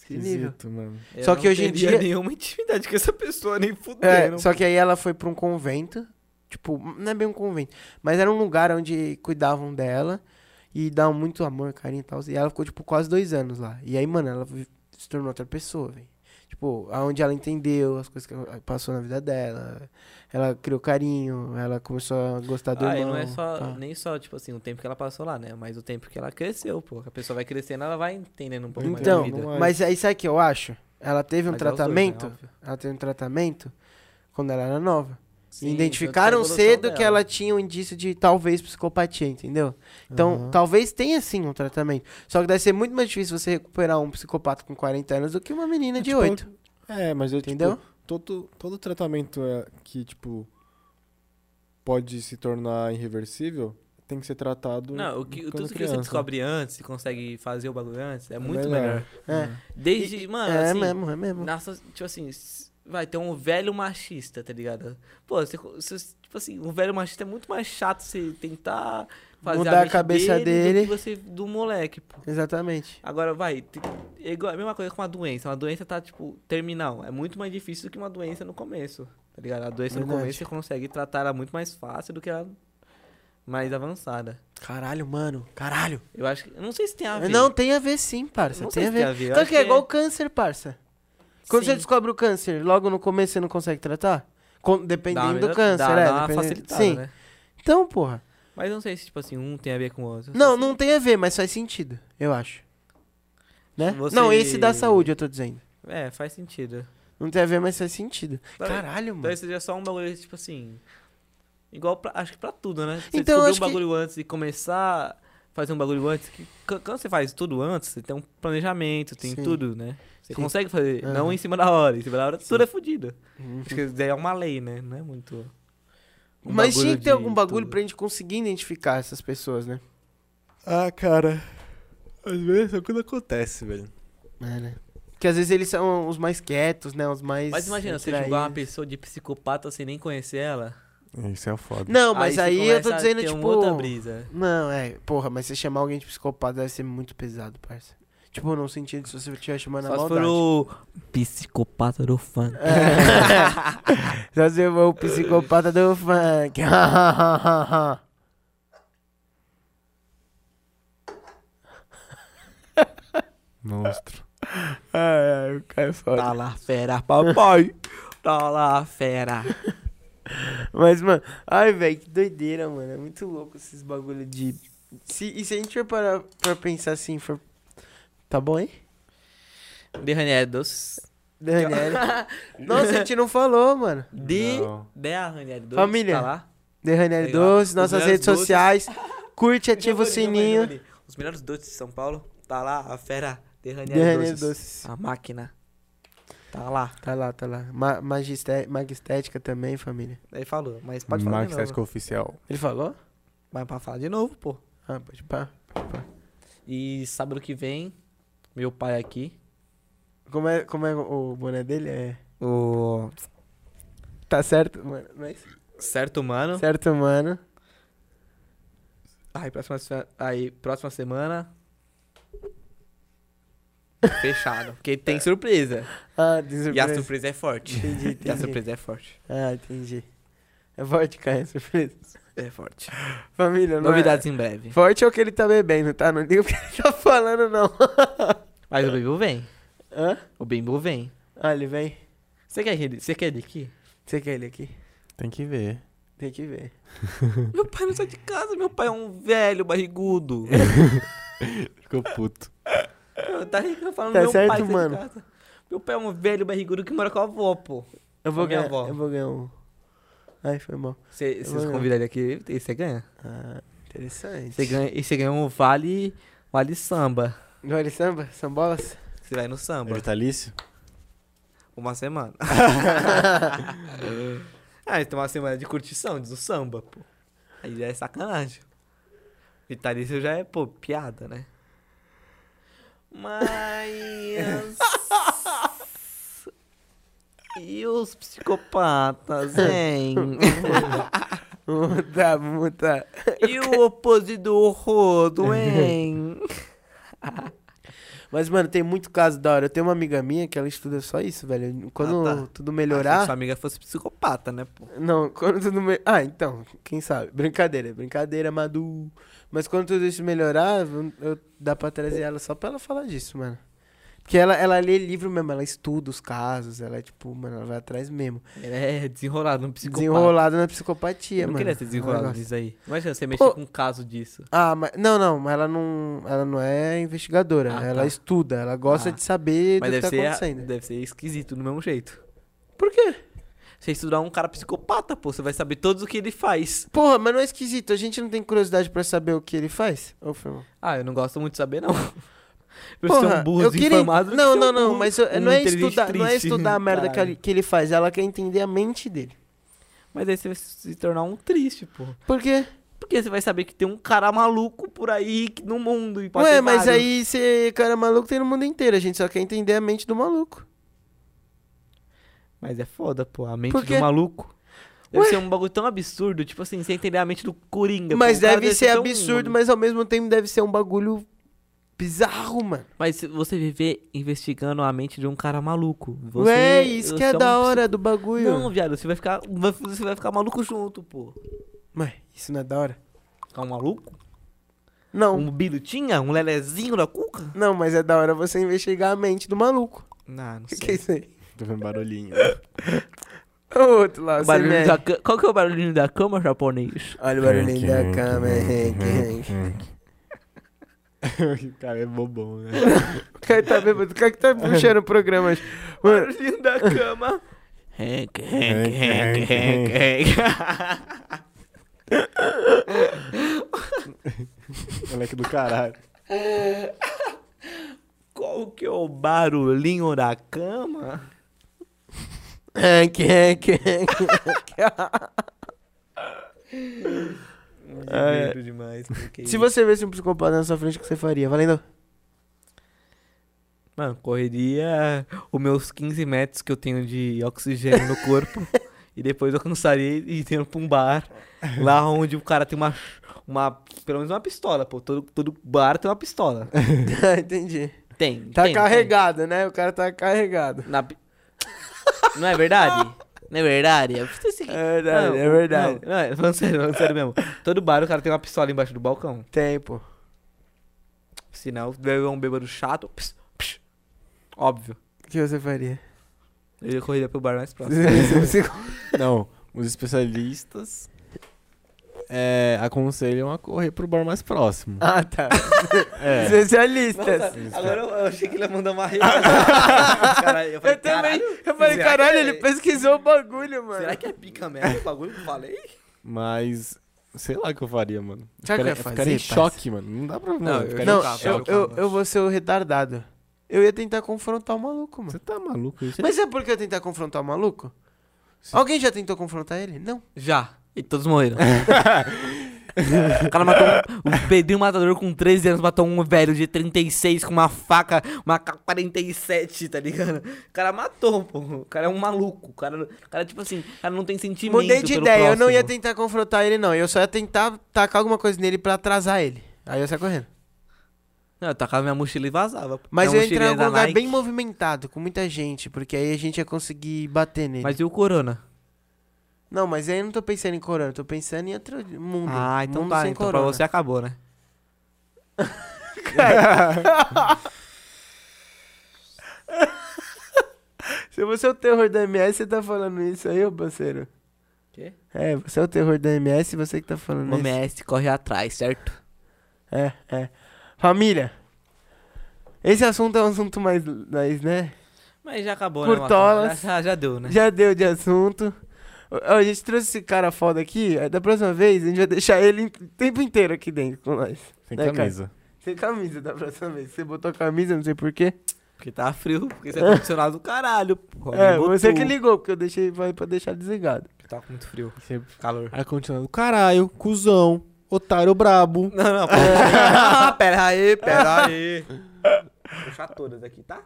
[SPEAKER 1] nível.
[SPEAKER 3] Esquisito, mano.
[SPEAKER 4] Eu
[SPEAKER 1] Só que
[SPEAKER 4] não
[SPEAKER 1] hoje em
[SPEAKER 4] teria
[SPEAKER 1] dia-
[SPEAKER 4] nenhuma intimidade com essa pessoa, nem
[SPEAKER 1] É,
[SPEAKER 4] fudendo. Ah,
[SPEAKER 1] só que aí ela foi pra um convento, tipo, não é bem um convento, mas era um lugar onde cuidavam dela e davam muito amor, carinho e tal. E ela ficou, tipo, quase dois anos lá. E aí, mano, ela vi- se tornou outra pessoa, velho. Tipo, aonde ela entendeu as coisas que ela ah, passou na vida dela. Ela criou carinho, ela começou a gostar do
[SPEAKER 4] Ah, e
[SPEAKER 1] irmão. tá.
[SPEAKER 4] não é só,
[SPEAKER 1] pá.
[SPEAKER 4] nem só, tipo assim, o tempo que ela passou lá, né? Mas o tempo que ela cresceu, pô. A pessoa vai crescendo, ela vai entendendo um pouco
[SPEAKER 1] Então,
[SPEAKER 4] mais da vida.
[SPEAKER 3] não é-
[SPEAKER 1] Mas aí sabe o que eu acho? Ela teve um
[SPEAKER 4] Mas é os dois, né,
[SPEAKER 1] tratamento,
[SPEAKER 4] óbvio.
[SPEAKER 1] ela teve um tratamento quando ela era nova.
[SPEAKER 4] Sim,
[SPEAKER 1] Identificaram
[SPEAKER 4] tanto que a
[SPEAKER 1] cedo
[SPEAKER 4] evolução
[SPEAKER 1] que
[SPEAKER 4] dela.
[SPEAKER 1] ela tinha um indício de talvez psicopatia, entendeu? Então,
[SPEAKER 3] Aham.
[SPEAKER 1] talvez tenha sim um tratamento. Só que deve ser muito mais difícil você recuperar um psicopata com 40 anos do que uma menina
[SPEAKER 3] É,
[SPEAKER 1] de
[SPEAKER 3] tipo,
[SPEAKER 1] 8.
[SPEAKER 3] É, mas eu,
[SPEAKER 1] Entendeu?
[SPEAKER 3] Entendeu? todo, todo tratamento é, que, tipo, pode se tornar irreversível, tem que ser tratado
[SPEAKER 4] Não, o que,
[SPEAKER 3] quando
[SPEAKER 4] tudo que você
[SPEAKER 3] criança.
[SPEAKER 4] descobre antes, e consegue fazer o bagulho antes, é,
[SPEAKER 3] É
[SPEAKER 4] muito melhor.
[SPEAKER 3] melhor.
[SPEAKER 1] É,
[SPEAKER 4] Desde, mano,
[SPEAKER 1] é
[SPEAKER 4] assim,
[SPEAKER 1] mesmo, é mesmo.
[SPEAKER 4] na so- tipo assim, s- vai ter um velho machista, tá ligado? Pô, você, co- você- tipo assim, um velho machista é muito mais chato você tentar fazer
[SPEAKER 1] Mudar a
[SPEAKER 4] mente
[SPEAKER 1] cabeça dele.
[SPEAKER 4] do que você do moleque, pô.
[SPEAKER 1] Exatamente.
[SPEAKER 4] Agora, vai, te- é igual, a mesma coisa com uma doença. Uma doença tá, tipo, terminal. É muito mais difícil do que uma doença no começo, tá ligado? A doença no
[SPEAKER 1] Verdade.
[SPEAKER 4] começo você consegue tratar ela muito mais fácil do que a mais avançada.
[SPEAKER 1] Caralho, mano, caralho.
[SPEAKER 4] Eu acho que. Eu não sei se tem a ver.
[SPEAKER 1] Não, tem a ver sim,
[SPEAKER 4] Eu
[SPEAKER 1] parça.
[SPEAKER 4] não
[SPEAKER 1] tem,
[SPEAKER 4] sei
[SPEAKER 1] a
[SPEAKER 4] se
[SPEAKER 1] ver.
[SPEAKER 4] tem a ver. Eu
[SPEAKER 1] Tanto
[SPEAKER 4] acho
[SPEAKER 1] que é
[SPEAKER 4] que é-
[SPEAKER 1] igual o câncer, parça. Quando você
[SPEAKER 4] Sim.
[SPEAKER 1] descobre o câncer, logo no começo você não consegue tratar? Com-
[SPEAKER 4] Dá uma
[SPEAKER 1] dependendo do
[SPEAKER 4] melhor-
[SPEAKER 1] câncer,
[SPEAKER 4] dá,
[SPEAKER 1] é.
[SPEAKER 4] dá uma
[SPEAKER 1] dependendo-
[SPEAKER 4] facilitada,
[SPEAKER 1] Sim.
[SPEAKER 4] né?
[SPEAKER 1] Então, porra.
[SPEAKER 4] Mas eu não sei se, tipo assim, um tem a ver com o outro.
[SPEAKER 1] Não, não tem a ver, mas faz sentido, eu acho. Né?
[SPEAKER 4] Você-
[SPEAKER 1] Não, esse da saúde, eu tô dizendo.
[SPEAKER 4] É, faz sentido.
[SPEAKER 1] Não tem a ver, mas faz sentido.
[SPEAKER 4] Talvez-
[SPEAKER 1] Caralho, mano.
[SPEAKER 4] Talvez seja só um bagulho, tipo assim. Igual, pra- acho que pra tudo, né? Você
[SPEAKER 1] Então, eu
[SPEAKER 4] descobrir
[SPEAKER 1] acho
[SPEAKER 4] um
[SPEAKER 1] que-
[SPEAKER 4] bagulho antes e começar a fazer um bagulho antes. Que, qu- quando você faz tudo antes, você tem um planejamento, tem
[SPEAKER 1] Sim.
[SPEAKER 4] tudo, né? Você
[SPEAKER 1] Sim.
[SPEAKER 4] consegue fazer,
[SPEAKER 1] Aham.
[SPEAKER 4] não em cima da hora. Em cima da hora, tudo é fodido.
[SPEAKER 1] Uhum.
[SPEAKER 4] Acho que daí é uma lei, né? Não é muito. um
[SPEAKER 1] Mas
[SPEAKER 4] bagulho
[SPEAKER 1] tinha que ter
[SPEAKER 4] de
[SPEAKER 1] algum bagulho
[SPEAKER 4] tudo.
[SPEAKER 1] pra gente conseguir identificar essas pessoas, né?
[SPEAKER 3] Ah, cara. Às vezes é quando acontece, velho.
[SPEAKER 1] É, né? Porque às vezes eles são os mais quietos, né? Os mais.
[SPEAKER 4] Mas imagina, você
[SPEAKER 1] retraídos.
[SPEAKER 4] julgar uma pessoa de psicopata sem nem conhecer ela.
[SPEAKER 3] Isso é foda.
[SPEAKER 1] Não, mas
[SPEAKER 4] você
[SPEAKER 1] aí, eu tô
[SPEAKER 4] começa a
[SPEAKER 1] dizendo,
[SPEAKER 4] ter uma
[SPEAKER 1] tipo.
[SPEAKER 4] outra brisa.
[SPEAKER 1] Não, é, porra, mas você chamar alguém de psicopata deve ser muito pesado, parça. Tipo, no sentido de se você estiver chamando a
[SPEAKER 4] Só se
[SPEAKER 1] é maldade.
[SPEAKER 4] for o psicopata do funk.
[SPEAKER 1] É. Só se for o psicopata do funk.
[SPEAKER 3] Monstro.
[SPEAKER 1] Ai, ai, o cara é foda.
[SPEAKER 4] Tá lá fera, papai. tá lá fera.
[SPEAKER 1] Mas, mano, ai, velho, que doideira, mano. É muito louco esses bagulho de. Se, e se a gente for parar pra pensar assim, for. Tá bom, hein?
[SPEAKER 4] Derranedos.
[SPEAKER 1] Daniele. Nossa, a gente não falou, mano.
[SPEAKER 4] De...
[SPEAKER 3] Não.
[SPEAKER 4] Derranedos.
[SPEAKER 1] Família.
[SPEAKER 4] Tá lá.
[SPEAKER 1] Daniele
[SPEAKER 4] Legal.
[SPEAKER 1] Doce,
[SPEAKER 4] Os
[SPEAKER 1] nossas
[SPEAKER 4] melhores
[SPEAKER 1] redes
[SPEAKER 4] doces.
[SPEAKER 1] sociais. Curte, ativa o
[SPEAKER 4] Giovanni,
[SPEAKER 1] sininho.
[SPEAKER 4] Giovanni, Giovanni. Os melhores doces de São Paulo. Tá lá a fera.
[SPEAKER 1] Daniele
[SPEAKER 4] Derranedos.
[SPEAKER 1] Doce.
[SPEAKER 4] A máquina. Tá lá.
[SPEAKER 1] Tá lá, tá lá. Ma magisté- magistética também, família.
[SPEAKER 4] Aí falou. Mas pode falar
[SPEAKER 3] Max
[SPEAKER 4] de novo.
[SPEAKER 3] Tático Oficial.
[SPEAKER 1] Ele falou?
[SPEAKER 4] Mas pra falar de novo, pô.
[SPEAKER 1] Ah, pode pá.
[SPEAKER 4] E sábado que vem, meu pai aqui.
[SPEAKER 1] Como é, como é o o boné dele? É.
[SPEAKER 4] O
[SPEAKER 1] Tá certo, mano. Não é isso?
[SPEAKER 4] certo humano.
[SPEAKER 1] Certo, mano.
[SPEAKER 4] Aí próxima, se- aí, próxima semana. Fechado. Porque tem surpresa.
[SPEAKER 1] Ah, de surpresa.
[SPEAKER 4] E a surpresa é forte.
[SPEAKER 1] Entendi,
[SPEAKER 4] E a
[SPEAKER 1] entendi.
[SPEAKER 4] surpresa é forte.
[SPEAKER 1] Ah, entendi. É vodka, é surpresa.
[SPEAKER 4] É forte.
[SPEAKER 1] Família, não
[SPEAKER 4] Novidades em
[SPEAKER 1] É.
[SPEAKER 4] breve.
[SPEAKER 1] Forte é o que ele tá bebendo, tá? Não liga o que ele tá falando, não.
[SPEAKER 4] Mas o Bimbo vem.
[SPEAKER 1] Hã?
[SPEAKER 4] O Bimbo vem.
[SPEAKER 1] Ah, ele vem.
[SPEAKER 4] Você quer ele? Você quer ele aqui?
[SPEAKER 1] Você quer ele aqui?
[SPEAKER 3] Tem que ver.
[SPEAKER 1] Tem que ver.
[SPEAKER 4] Meu pai não sai de casa, meu pai é um velho barrigudo.
[SPEAKER 3] Ficou puto.
[SPEAKER 4] Eu- tá rico falando
[SPEAKER 1] Tá
[SPEAKER 4] meu
[SPEAKER 1] certo,
[SPEAKER 4] pai sai
[SPEAKER 1] mano.
[SPEAKER 4] de casa. Meu pai é um velho barrigudo que mora com a avó, pô.
[SPEAKER 1] Eu vou
[SPEAKER 4] A minha
[SPEAKER 1] ganhar.
[SPEAKER 4] avó.
[SPEAKER 1] Eu vou ganhar um. Ai, foi mal.
[SPEAKER 4] Cê-
[SPEAKER 1] Eu
[SPEAKER 4] Se
[SPEAKER 1] vou
[SPEAKER 4] você
[SPEAKER 1] ganhar.
[SPEAKER 4] convidar ele aqui, e você ganha.
[SPEAKER 1] Ah, interessante.
[SPEAKER 4] Você ganha. E você ganha um vale, vale samba.
[SPEAKER 1] Olha, é samba? Sambolas?
[SPEAKER 4] Você vai no samba.
[SPEAKER 3] vitalício?
[SPEAKER 4] Uma semana. ah, então uma semana de curtição, diz o samba, pô. Aí já é sacanagem. Vitalício já é, pô, piada, né? Mas. e os psicopatas, hein?
[SPEAKER 1] Muda, muda.
[SPEAKER 4] e o opositor rodo, hein?
[SPEAKER 1] Mas, mano, tem muito caso da hora. Eu tenho uma amiga minha que ela estuda só isso, velho. Quando
[SPEAKER 4] Ah, tá.
[SPEAKER 1] tudo
[SPEAKER 4] Ah, se
[SPEAKER 1] melhorar.
[SPEAKER 4] sua amiga fosse psicopata, né, pô?
[SPEAKER 1] Não, quando tudo melhorar. Ah, então, quem sabe? Brincadeira, brincadeira, Madu. Mas quando tudo isso melhorar, eu- eu- dá pra trazer ela só pra ela falar disso, mano. Porque ela, ela lê livro mesmo, ela estuda os casos, ela é tipo, mano, ela vai atrás mesmo.
[SPEAKER 4] Ela é desenrolada, um psicopata.
[SPEAKER 1] Desenrolada na psicopatia,
[SPEAKER 4] Eu não
[SPEAKER 1] mano.
[SPEAKER 4] queria ser
[SPEAKER 1] É um
[SPEAKER 4] desenrolado
[SPEAKER 1] negócio.
[SPEAKER 4] disso aí. Imagina você mexer
[SPEAKER 1] Ô.
[SPEAKER 4] com um caso disso.
[SPEAKER 1] Ah, mas. Não, não, mas ela não, ela não é investigadora.
[SPEAKER 4] Ah,
[SPEAKER 1] ela
[SPEAKER 4] tá.
[SPEAKER 1] estuda, ela gosta
[SPEAKER 4] Ah.
[SPEAKER 1] de saber
[SPEAKER 4] Mas
[SPEAKER 1] do que
[SPEAKER 4] deve,
[SPEAKER 1] tá
[SPEAKER 4] ser,
[SPEAKER 1] acontecendo.
[SPEAKER 4] deve ser esquisito do mesmo jeito.
[SPEAKER 1] Por quê?
[SPEAKER 4] Você estudar um cara psicopata, pô, você vai saber tudo o que ele faz.
[SPEAKER 1] Porra, mas não é esquisito. A gente não tem curiosidade pra saber o que ele faz? Ô, filho.
[SPEAKER 4] Ah, eu não gosto muito de saber, não. Eu sou
[SPEAKER 1] Porra,
[SPEAKER 4] um burro
[SPEAKER 1] eu queria...
[SPEAKER 4] desinformado do
[SPEAKER 1] Não,
[SPEAKER 4] que
[SPEAKER 1] não,
[SPEAKER 4] um
[SPEAKER 1] não,
[SPEAKER 4] burro-
[SPEAKER 1] mas eu-
[SPEAKER 4] um
[SPEAKER 1] não, é
[SPEAKER 4] inteligente
[SPEAKER 1] estudar, não é
[SPEAKER 4] triste.
[SPEAKER 1] estudar a merda que
[SPEAKER 4] Caralho.
[SPEAKER 1] ele, que ele faz, ela quer entender a mente dele.
[SPEAKER 4] Mas aí você vai se tornar um triste, pô.
[SPEAKER 1] Por quê?
[SPEAKER 4] Porque você vai saber que tem um cara maluco por aí que- no mundo e pode
[SPEAKER 1] Ué,
[SPEAKER 4] ter
[SPEAKER 1] mas
[SPEAKER 4] vários.
[SPEAKER 1] aí você, cara maluco tem no mundo inteiro, a gente só quer entender a mente do maluco.
[SPEAKER 4] Mas é foda, pô. A mente
[SPEAKER 1] Por quê?
[SPEAKER 4] do maluco. Deve
[SPEAKER 1] Ué?
[SPEAKER 4] ser um bagulho tão absurdo, tipo assim, sem entender a mente do Coringa.
[SPEAKER 1] mas
[SPEAKER 4] pô, o cara
[SPEAKER 1] deve ser
[SPEAKER 4] tão-
[SPEAKER 1] absurdo, mas ao mesmo tempo deve ser um bagulho bizarro, mano.
[SPEAKER 4] Mas se você viver investigando a mente de um cara maluco. Você,
[SPEAKER 1] Ué, isso que
[SPEAKER 4] você
[SPEAKER 1] é
[SPEAKER 4] um
[SPEAKER 1] da hora do bagulho.
[SPEAKER 4] Não, viado, você vai ficar. vai- Você vai ficar maluco junto, pô.
[SPEAKER 1] Mas isso não é da hora?
[SPEAKER 4] Ficar um maluco?
[SPEAKER 1] Não.
[SPEAKER 4] Um birutinha? Um lelezinho da cuca?
[SPEAKER 1] Não, mas é da hora você investigar a mente do maluco.
[SPEAKER 4] Não, não
[SPEAKER 1] O que é
[SPEAKER 4] sei.
[SPEAKER 1] isso aí?
[SPEAKER 3] Tô vendo barulhinho.
[SPEAKER 1] O outro lá,
[SPEAKER 4] O
[SPEAKER 1] você
[SPEAKER 4] barulhinho
[SPEAKER 1] mexe.
[SPEAKER 4] da ca- Qual que é o barulhinho da cama japonês?
[SPEAKER 1] Olha o barulhinho da cama, Henk, Henk.
[SPEAKER 3] o cara é bobão, né?
[SPEAKER 1] O cara tá bêbado, o cara que tá puxando o programa hoje. Mano,
[SPEAKER 4] Barulhinho da cama. Hank, Hank, Hank, Hank,
[SPEAKER 3] Moleque do caralho.
[SPEAKER 4] Hank. Qual que é o barulhinho da cama?
[SPEAKER 1] Hank, Hank, Hank. É.
[SPEAKER 4] Divertido demais. porque-
[SPEAKER 1] Se você visse um psicopata na sua frente, o que você faria? Valendo?
[SPEAKER 4] Mano, correria os meus 15 metros que eu tenho de oxigênio no corpo. e depois eu cansaria e indo pra um bar. Lá onde o cara tem uma. uma pelo menos uma pistola, pô. Todo, todo bar tem uma pistola. Ah,
[SPEAKER 1] Entendi.
[SPEAKER 4] Tem.
[SPEAKER 1] Tá
[SPEAKER 4] tem,
[SPEAKER 1] carregado, né? O cara tá carregado.
[SPEAKER 4] tem. Na pi- Não é verdade? Não é verdade? É você se-
[SPEAKER 1] É verdade,
[SPEAKER 4] Não,
[SPEAKER 1] é verdade.
[SPEAKER 4] Não, não, é, falando sério, falando sério mesmo. Todo bar o cara tem uma pistola embaixo do balcão.
[SPEAKER 1] Tempo.
[SPEAKER 4] Sinal, é um bêbado chato. Pss, pss. Óbvio.
[SPEAKER 1] O que você faria?
[SPEAKER 4] Ele correria pro bar mais próximo.
[SPEAKER 1] Se você visse um psico-
[SPEAKER 3] Não, os especialistas é, aconselham a correr pro bar mais próximo.
[SPEAKER 1] Ah, tá.
[SPEAKER 3] É.
[SPEAKER 1] Especialistas.
[SPEAKER 4] agora eu, eu achei que ele ia mandar uma real. Caralho, eu falei,
[SPEAKER 1] Eu também.
[SPEAKER 4] "Caralho,
[SPEAKER 1] Eu falei,
[SPEAKER 4] Será que
[SPEAKER 1] caralho,
[SPEAKER 4] é-
[SPEAKER 1] ele pesquisou o bagulho, mano.
[SPEAKER 4] Será que é pica mesmo o bagulho que eu falei?
[SPEAKER 3] Mas, sei lá o que eu faria, mano. Eu
[SPEAKER 1] Sabe o que eu ia
[SPEAKER 3] ficaria- ficaria em
[SPEAKER 1] fazer,
[SPEAKER 3] choque, mano. Não dá pra... Não, eu
[SPEAKER 4] Não,
[SPEAKER 3] ficaria
[SPEAKER 1] Não,
[SPEAKER 3] em
[SPEAKER 4] Cara,
[SPEAKER 1] eu,
[SPEAKER 3] choque.
[SPEAKER 1] eu, eu vou ser o retardado. Eu ia tentar confrontar o maluco, mano.
[SPEAKER 3] Você tá maluco? Isso
[SPEAKER 1] Mas é porque eu tentar confrontar o maluco? Alguém já tentou confrontar ele? Não.
[SPEAKER 4] Já. E todos morreram. o cara matou um, o Pedrinho Matador com 13 anos, matou um velho de 36 com uma faca, uma K-47, tá ligado? O cara matou, pô. O cara é um maluco. O cara, o cara tipo assim, o cara não tem sentimento
[SPEAKER 1] Mudei de
[SPEAKER 4] pelo
[SPEAKER 1] ideia, eu não ia
[SPEAKER 4] próximo.
[SPEAKER 1] tentar confrontar ele, não. Eu só ia tentar tacar alguma coisa nele pra atrasar ele. Aí eu saia correndo.
[SPEAKER 4] Não, eu tacava minha mochila e vazava. pô.
[SPEAKER 1] Mas
[SPEAKER 4] Minha
[SPEAKER 1] eu ia entrar em
[SPEAKER 4] mochilinha
[SPEAKER 1] algum
[SPEAKER 4] da
[SPEAKER 1] lugar
[SPEAKER 4] um Nike.
[SPEAKER 1] bem movimentado, com muita gente, porque aí a gente ia conseguir bater nele.
[SPEAKER 4] Mas e o Corona?
[SPEAKER 1] Não, mas aí eu não tô pensando em corona, eu tô pensando em outro mundo.
[SPEAKER 4] Ah, então
[SPEAKER 1] mundo
[SPEAKER 4] tá.
[SPEAKER 1] sem
[SPEAKER 4] Então pra
[SPEAKER 1] corona.
[SPEAKER 4] você acabou, né?
[SPEAKER 1] Se você é o terror da MS, você tá falando isso aí, ô parceiro?
[SPEAKER 4] Quê?
[SPEAKER 1] É, você é o terror da MS, você que tá falando
[SPEAKER 4] O
[SPEAKER 1] isso.
[SPEAKER 4] MS corre atrás, certo?
[SPEAKER 1] É, é. Família, esse assunto é um assunto mais, mais né?
[SPEAKER 4] Mas já acabou,
[SPEAKER 1] Curtolas.
[SPEAKER 4] né? Matheus? Já, já, já deu, né?
[SPEAKER 1] Já deu de assunto. Ó, A gente trouxe esse cara foda aqui. aí Da próxima vez, a gente vai deixar ele em- o tempo inteiro aqui dentro com nós.
[SPEAKER 3] Sem
[SPEAKER 1] né, cara?
[SPEAKER 3] camisa.
[SPEAKER 1] Sem camisa da próxima vez. Você botou a camisa, não sei porquê.
[SPEAKER 4] Porque tá frio, porque você é condicionado do caralho, porra.
[SPEAKER 1] É,
[SPEAKER 4] Ligou
[SPEAKER 1] você que
[SPEAKER 4] tudo.
[SPEAKER 1] ligou, porque eu deixei vai pra deixar desligado.
[SPEAKER 4] Porque Tá com muito frio,
[SPEAKER 1] Sempre.
[SPEAKER 4] calor.
[SPEAKER 3] Aí continuando, caralho, cuzão, otário brabo.
[SPEAKER 4] Não, não, pera, Ah, pera aí, pera aí. Vou puxar todas aqui, tá?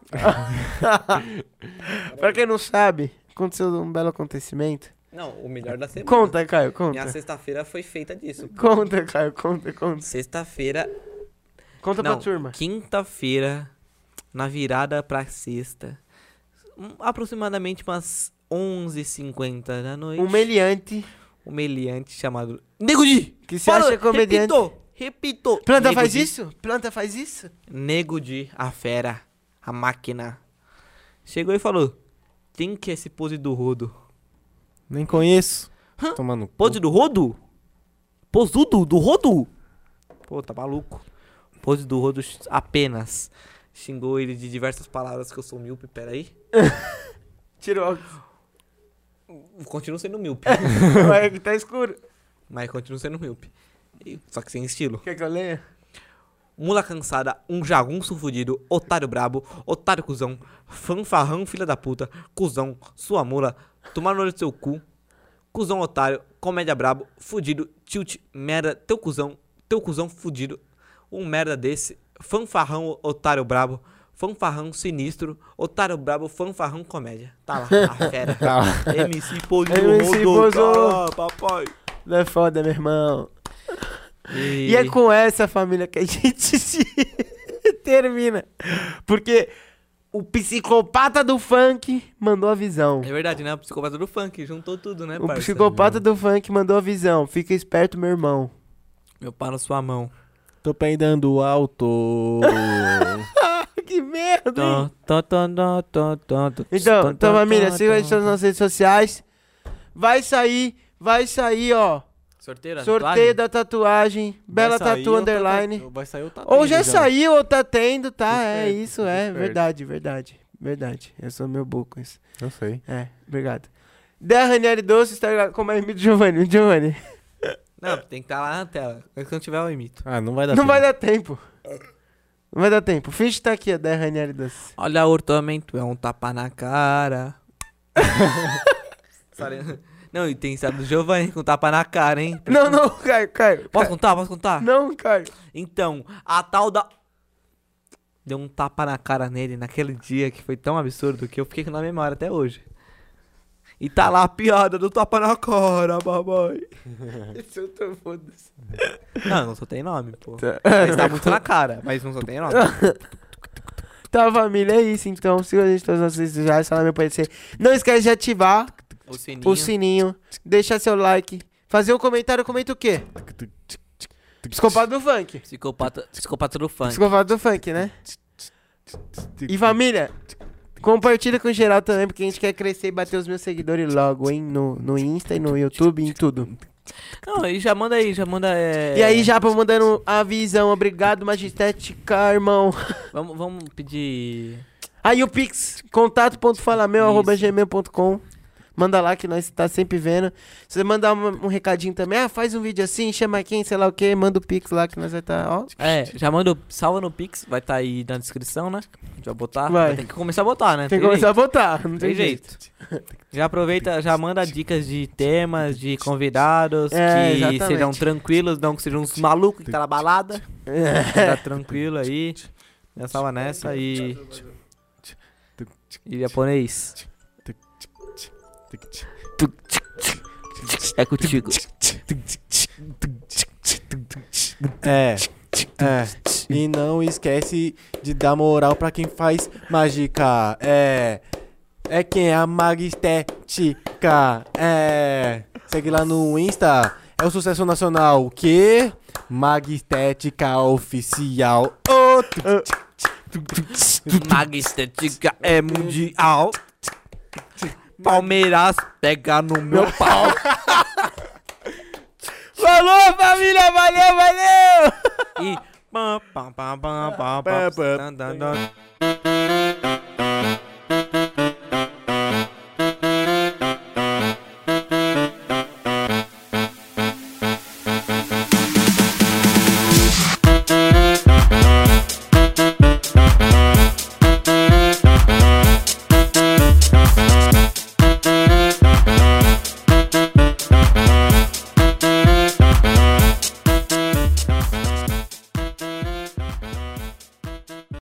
[SPEAKER 1] Pra quem não sabe, aconteceu um belo acontecimento.
[SPEAKER 4] Não, o melhor da semana.
[SPEAKER 1] Conta, Caio,
[SPEAKER 4] Minha
[SPEAKER 1] conta.
[SPEAKER 4] sexta-feira foi feita disso.
[SPEAKER 1] Conta, Caio, conta, conta.
[SPEAKER 4] Sexta-feira
[SPEAKER 1] Conta
[SPEAKER 4] Não,
[SPEAKER 1] pra turma.
[SPEAKER 4] Quinta-feira, na virada pra sexta, um- aproximadamente umas 11h50 da noite,
[SPEAKER 1] Um meliante
[SPEAKER 4] um meliante chamado Nego Di!
[SPEAKER 1] que se acha comediante.
[SPEAKER 4] Repito, repito.
[SPEAKER 1] Planta
[SPEAKER 4] Nego
[SPEAKER 1] faz
[SPEAKER 4] Di.
[SPEAKER 1] isso? Planta faz isso?
[SPEAKER 4] Nego Di, a fera, a máquina, chegou e falou, tem que é esse pose do rodo.
[SPEAKER 3] Nem conheço.
[SPEAKER 4] Hã?
[SPEAKER 3] Tomando
[SPEAKER 4] Pose do rodo? Posudo do rodo? Pô, tá maluco. Pose do rodo ch- apenas. Xingou ele de diversas palavras que eu sou míope, peraí.
[SPEAKER 1] Tirou.
[SPEAKER 4] Continuo sendo míope.
[SPEAKER 1] Vai que tá escuro.
[SPEAKER 4] mas continuo sendo míope. E- Só que sem estilo.
[SPEAKER 1] Quer que eu leia?
[SPEAKER 4] Mula cansada, um jagunço fudido, otário brabo, otário cuzão, fanfarrão filha da puta, cuzão, sua mula, tomar no olho do seu cu, cuzão otário, comédia brabo, fudido, tilt, merda, teu cuzão, teu cuzão fudido, um merda desse, fanfarrão otário brabo, fanfarrão sinistro, otário brabo, fanfarrão comédia. Tá lá, a fera.
[SPEAKER 3] Tá,
[SPEAKER 4] MC Pozo,
[SPEAKER 1] MC Pozo.
[SPEAKER 4] Ah, papai.
[SPEAKER 1] Não é foda, meu irmão.
[SPEAKER 4] E,
[SPEAKER 1] E é com essa família que a gente se termina. Porque o psicopata do funk mandou a visão.
[SPEAKER 4] É verdade, né? O psicopata do funk juntou tudo, né,
[SPEAKER 1] O
[SPEAKER 4] parça?
[SPEAKER 1] psicopata do funk mandou a visão. Fica esperto, meu irmão.
[SPEAKER 4] Meu pau na sua mão.
[SPEAKER 3] Tô peidando alto.
[SPEAKER 1] que merda, hein?
[SPEAKER 4] Tá,
[SPEAKER 1] Então,
[SPEAKER 4] Então,
[SPEAKER 1] então família, siga a gente nas nossas redes sociais. Vai sair, vai sair, ó.
[SPEAKER 4] Sorteio da
[SPEAKER 1] Sorteio da tatuagem. Bela Tatu
[SPEAKER 3] tá
[SPEAKER 1] Underline.
[SPEAKER 3] Vai sair o tatu.
[SPEAKER 1] Ou já saiu, ou tá tendo, tá? É
[SPEAKER 3] Esperto,
[SPEAKER 1] isso, é.
[SPEAKER 3] esperto.
[SPEAKER 1] Verdade, verdade. Verdade. Eu sou meu buco, isso.
[SPEAKER 3] Eu sei.
[SPEAKER 1] É, obrigado. Da Ranieri Doce, Instagram. Como é o Giovanni? Giovanni.
[SPEAKER 4] Não, tem que estar lá na tela. Mas quando tiver, eu imito.
[SPEAKER 3] Ah, não vai dar
[SPEAKER 1] Não vai
[SPEAKER 3] tempo.
[SPEAKER 1] dar tempo. Não vai dar tempo. Finge que tá aqui, a da Ranieri Doce.
[SPEAKER 4] Olha o orçamento, é um tapa na cara. Sorry. Não, e tem história do Giovanni com tapa na cara, hein?
[SPEAKER 1] Não, não, Caio, Caio.
[SPEAKER 4] Posso contar? Posso contar?
[SPEAKER 1] Não, Caio.
[SPEAKER 4] Então, a tal da. Deu um tapa na cara nele naquele dia que foi tão absurdo que eu fiquei na memória até hoje. E tá lá a piada do tapa na cara, babai.
[SPEAKER 1] Isso eu tô foda
[SPEAKER 4] Ah, Não, não só tem nome, pô.
[SPEAKER 1] Tá.
[SPEAKER 4] Mas tá muito na cara, mas não só tem nome.
[SPEAKER 1] Tá, família, é isso então. Siga a gente todas as redes sociais, fala meu parecer. Não esquece de ativar
[SPEAKER 4] O sininho.
[SPEAKER 1] o sininho, deixar seu like, fazer um comentário, comenta o quê? Psicopata do funk.
[SPEAKER 4] Psicopata, psicopata do funk.
[SPEAKER 1] Psicopata do funk, né? E família, compartilha com geral também, porque a gente quer crescer e bater os meus seguidores logo, hein? No, no Insta e no YouTube, em tudo.
[SPEAKER 4] Não, e já manda aí, já manda. é,
[SPEAKER 1] E aí, Japa, mandando a visão. Obrigado, Magistética, irmão.
[SPEAKER 4] Vamos, vamos pedir.
[SPEAKER 1] Aí o Pix,
[SPEAKER 4] Isso.
[SPEAKER 1] contato.falameu.gmail.com. Manda lá que nós tá sempre vendo. Se você mandar um, um recadinho também, ah, faz um vídeo assim, chama quem, sei lá o que, manda o Pix lá que nós vai estar, ó.
[SPEAKER 4] É, já manda. o- Salva no Pix, vai estar tá aí na descrição, né? A gente vai botar.
[SPEAKER 1] Vai.
[SPEAKER 4] Vai ter que começar a botar, né?
[SPEAKER 1] Tem que
[SPEAKER 4] Tem jeito.
[SPEAKER 1] começar a votar, não tem
[SPEAKER 4] Tem
[SPEAKER 1] jeito.
[SPEAKER 4] jeito. Já aproveita, já manda dicas de temas, de convidados
[SPEAKER 1] É,
[SPEAKER 4] que
[SPEAKER 1] exatamente.
[SPEAKER 4] sejam tranquilos, não que sejam uns malucos que tá na balada. Tá tranquilo aí. Já salva nessa e. E japonês. É contigo.
[SPEAKER 3] É. É. E não esquece de dar moral pra quem faz mágica. É. É quem é a magistética. É. Segue lá no Insta. É o sucesso nacional. O quê? Magistética oficial. Ô, tu-
[SPEAKER 4] Magistética é mundial. Palmeiras pega no meu pau.
[SPEAKER 1] Falou, família, valeu, valeu!
[SPEAKER 4] E. pam, pam, pam, pam, pam, pam, tan, tan, tan.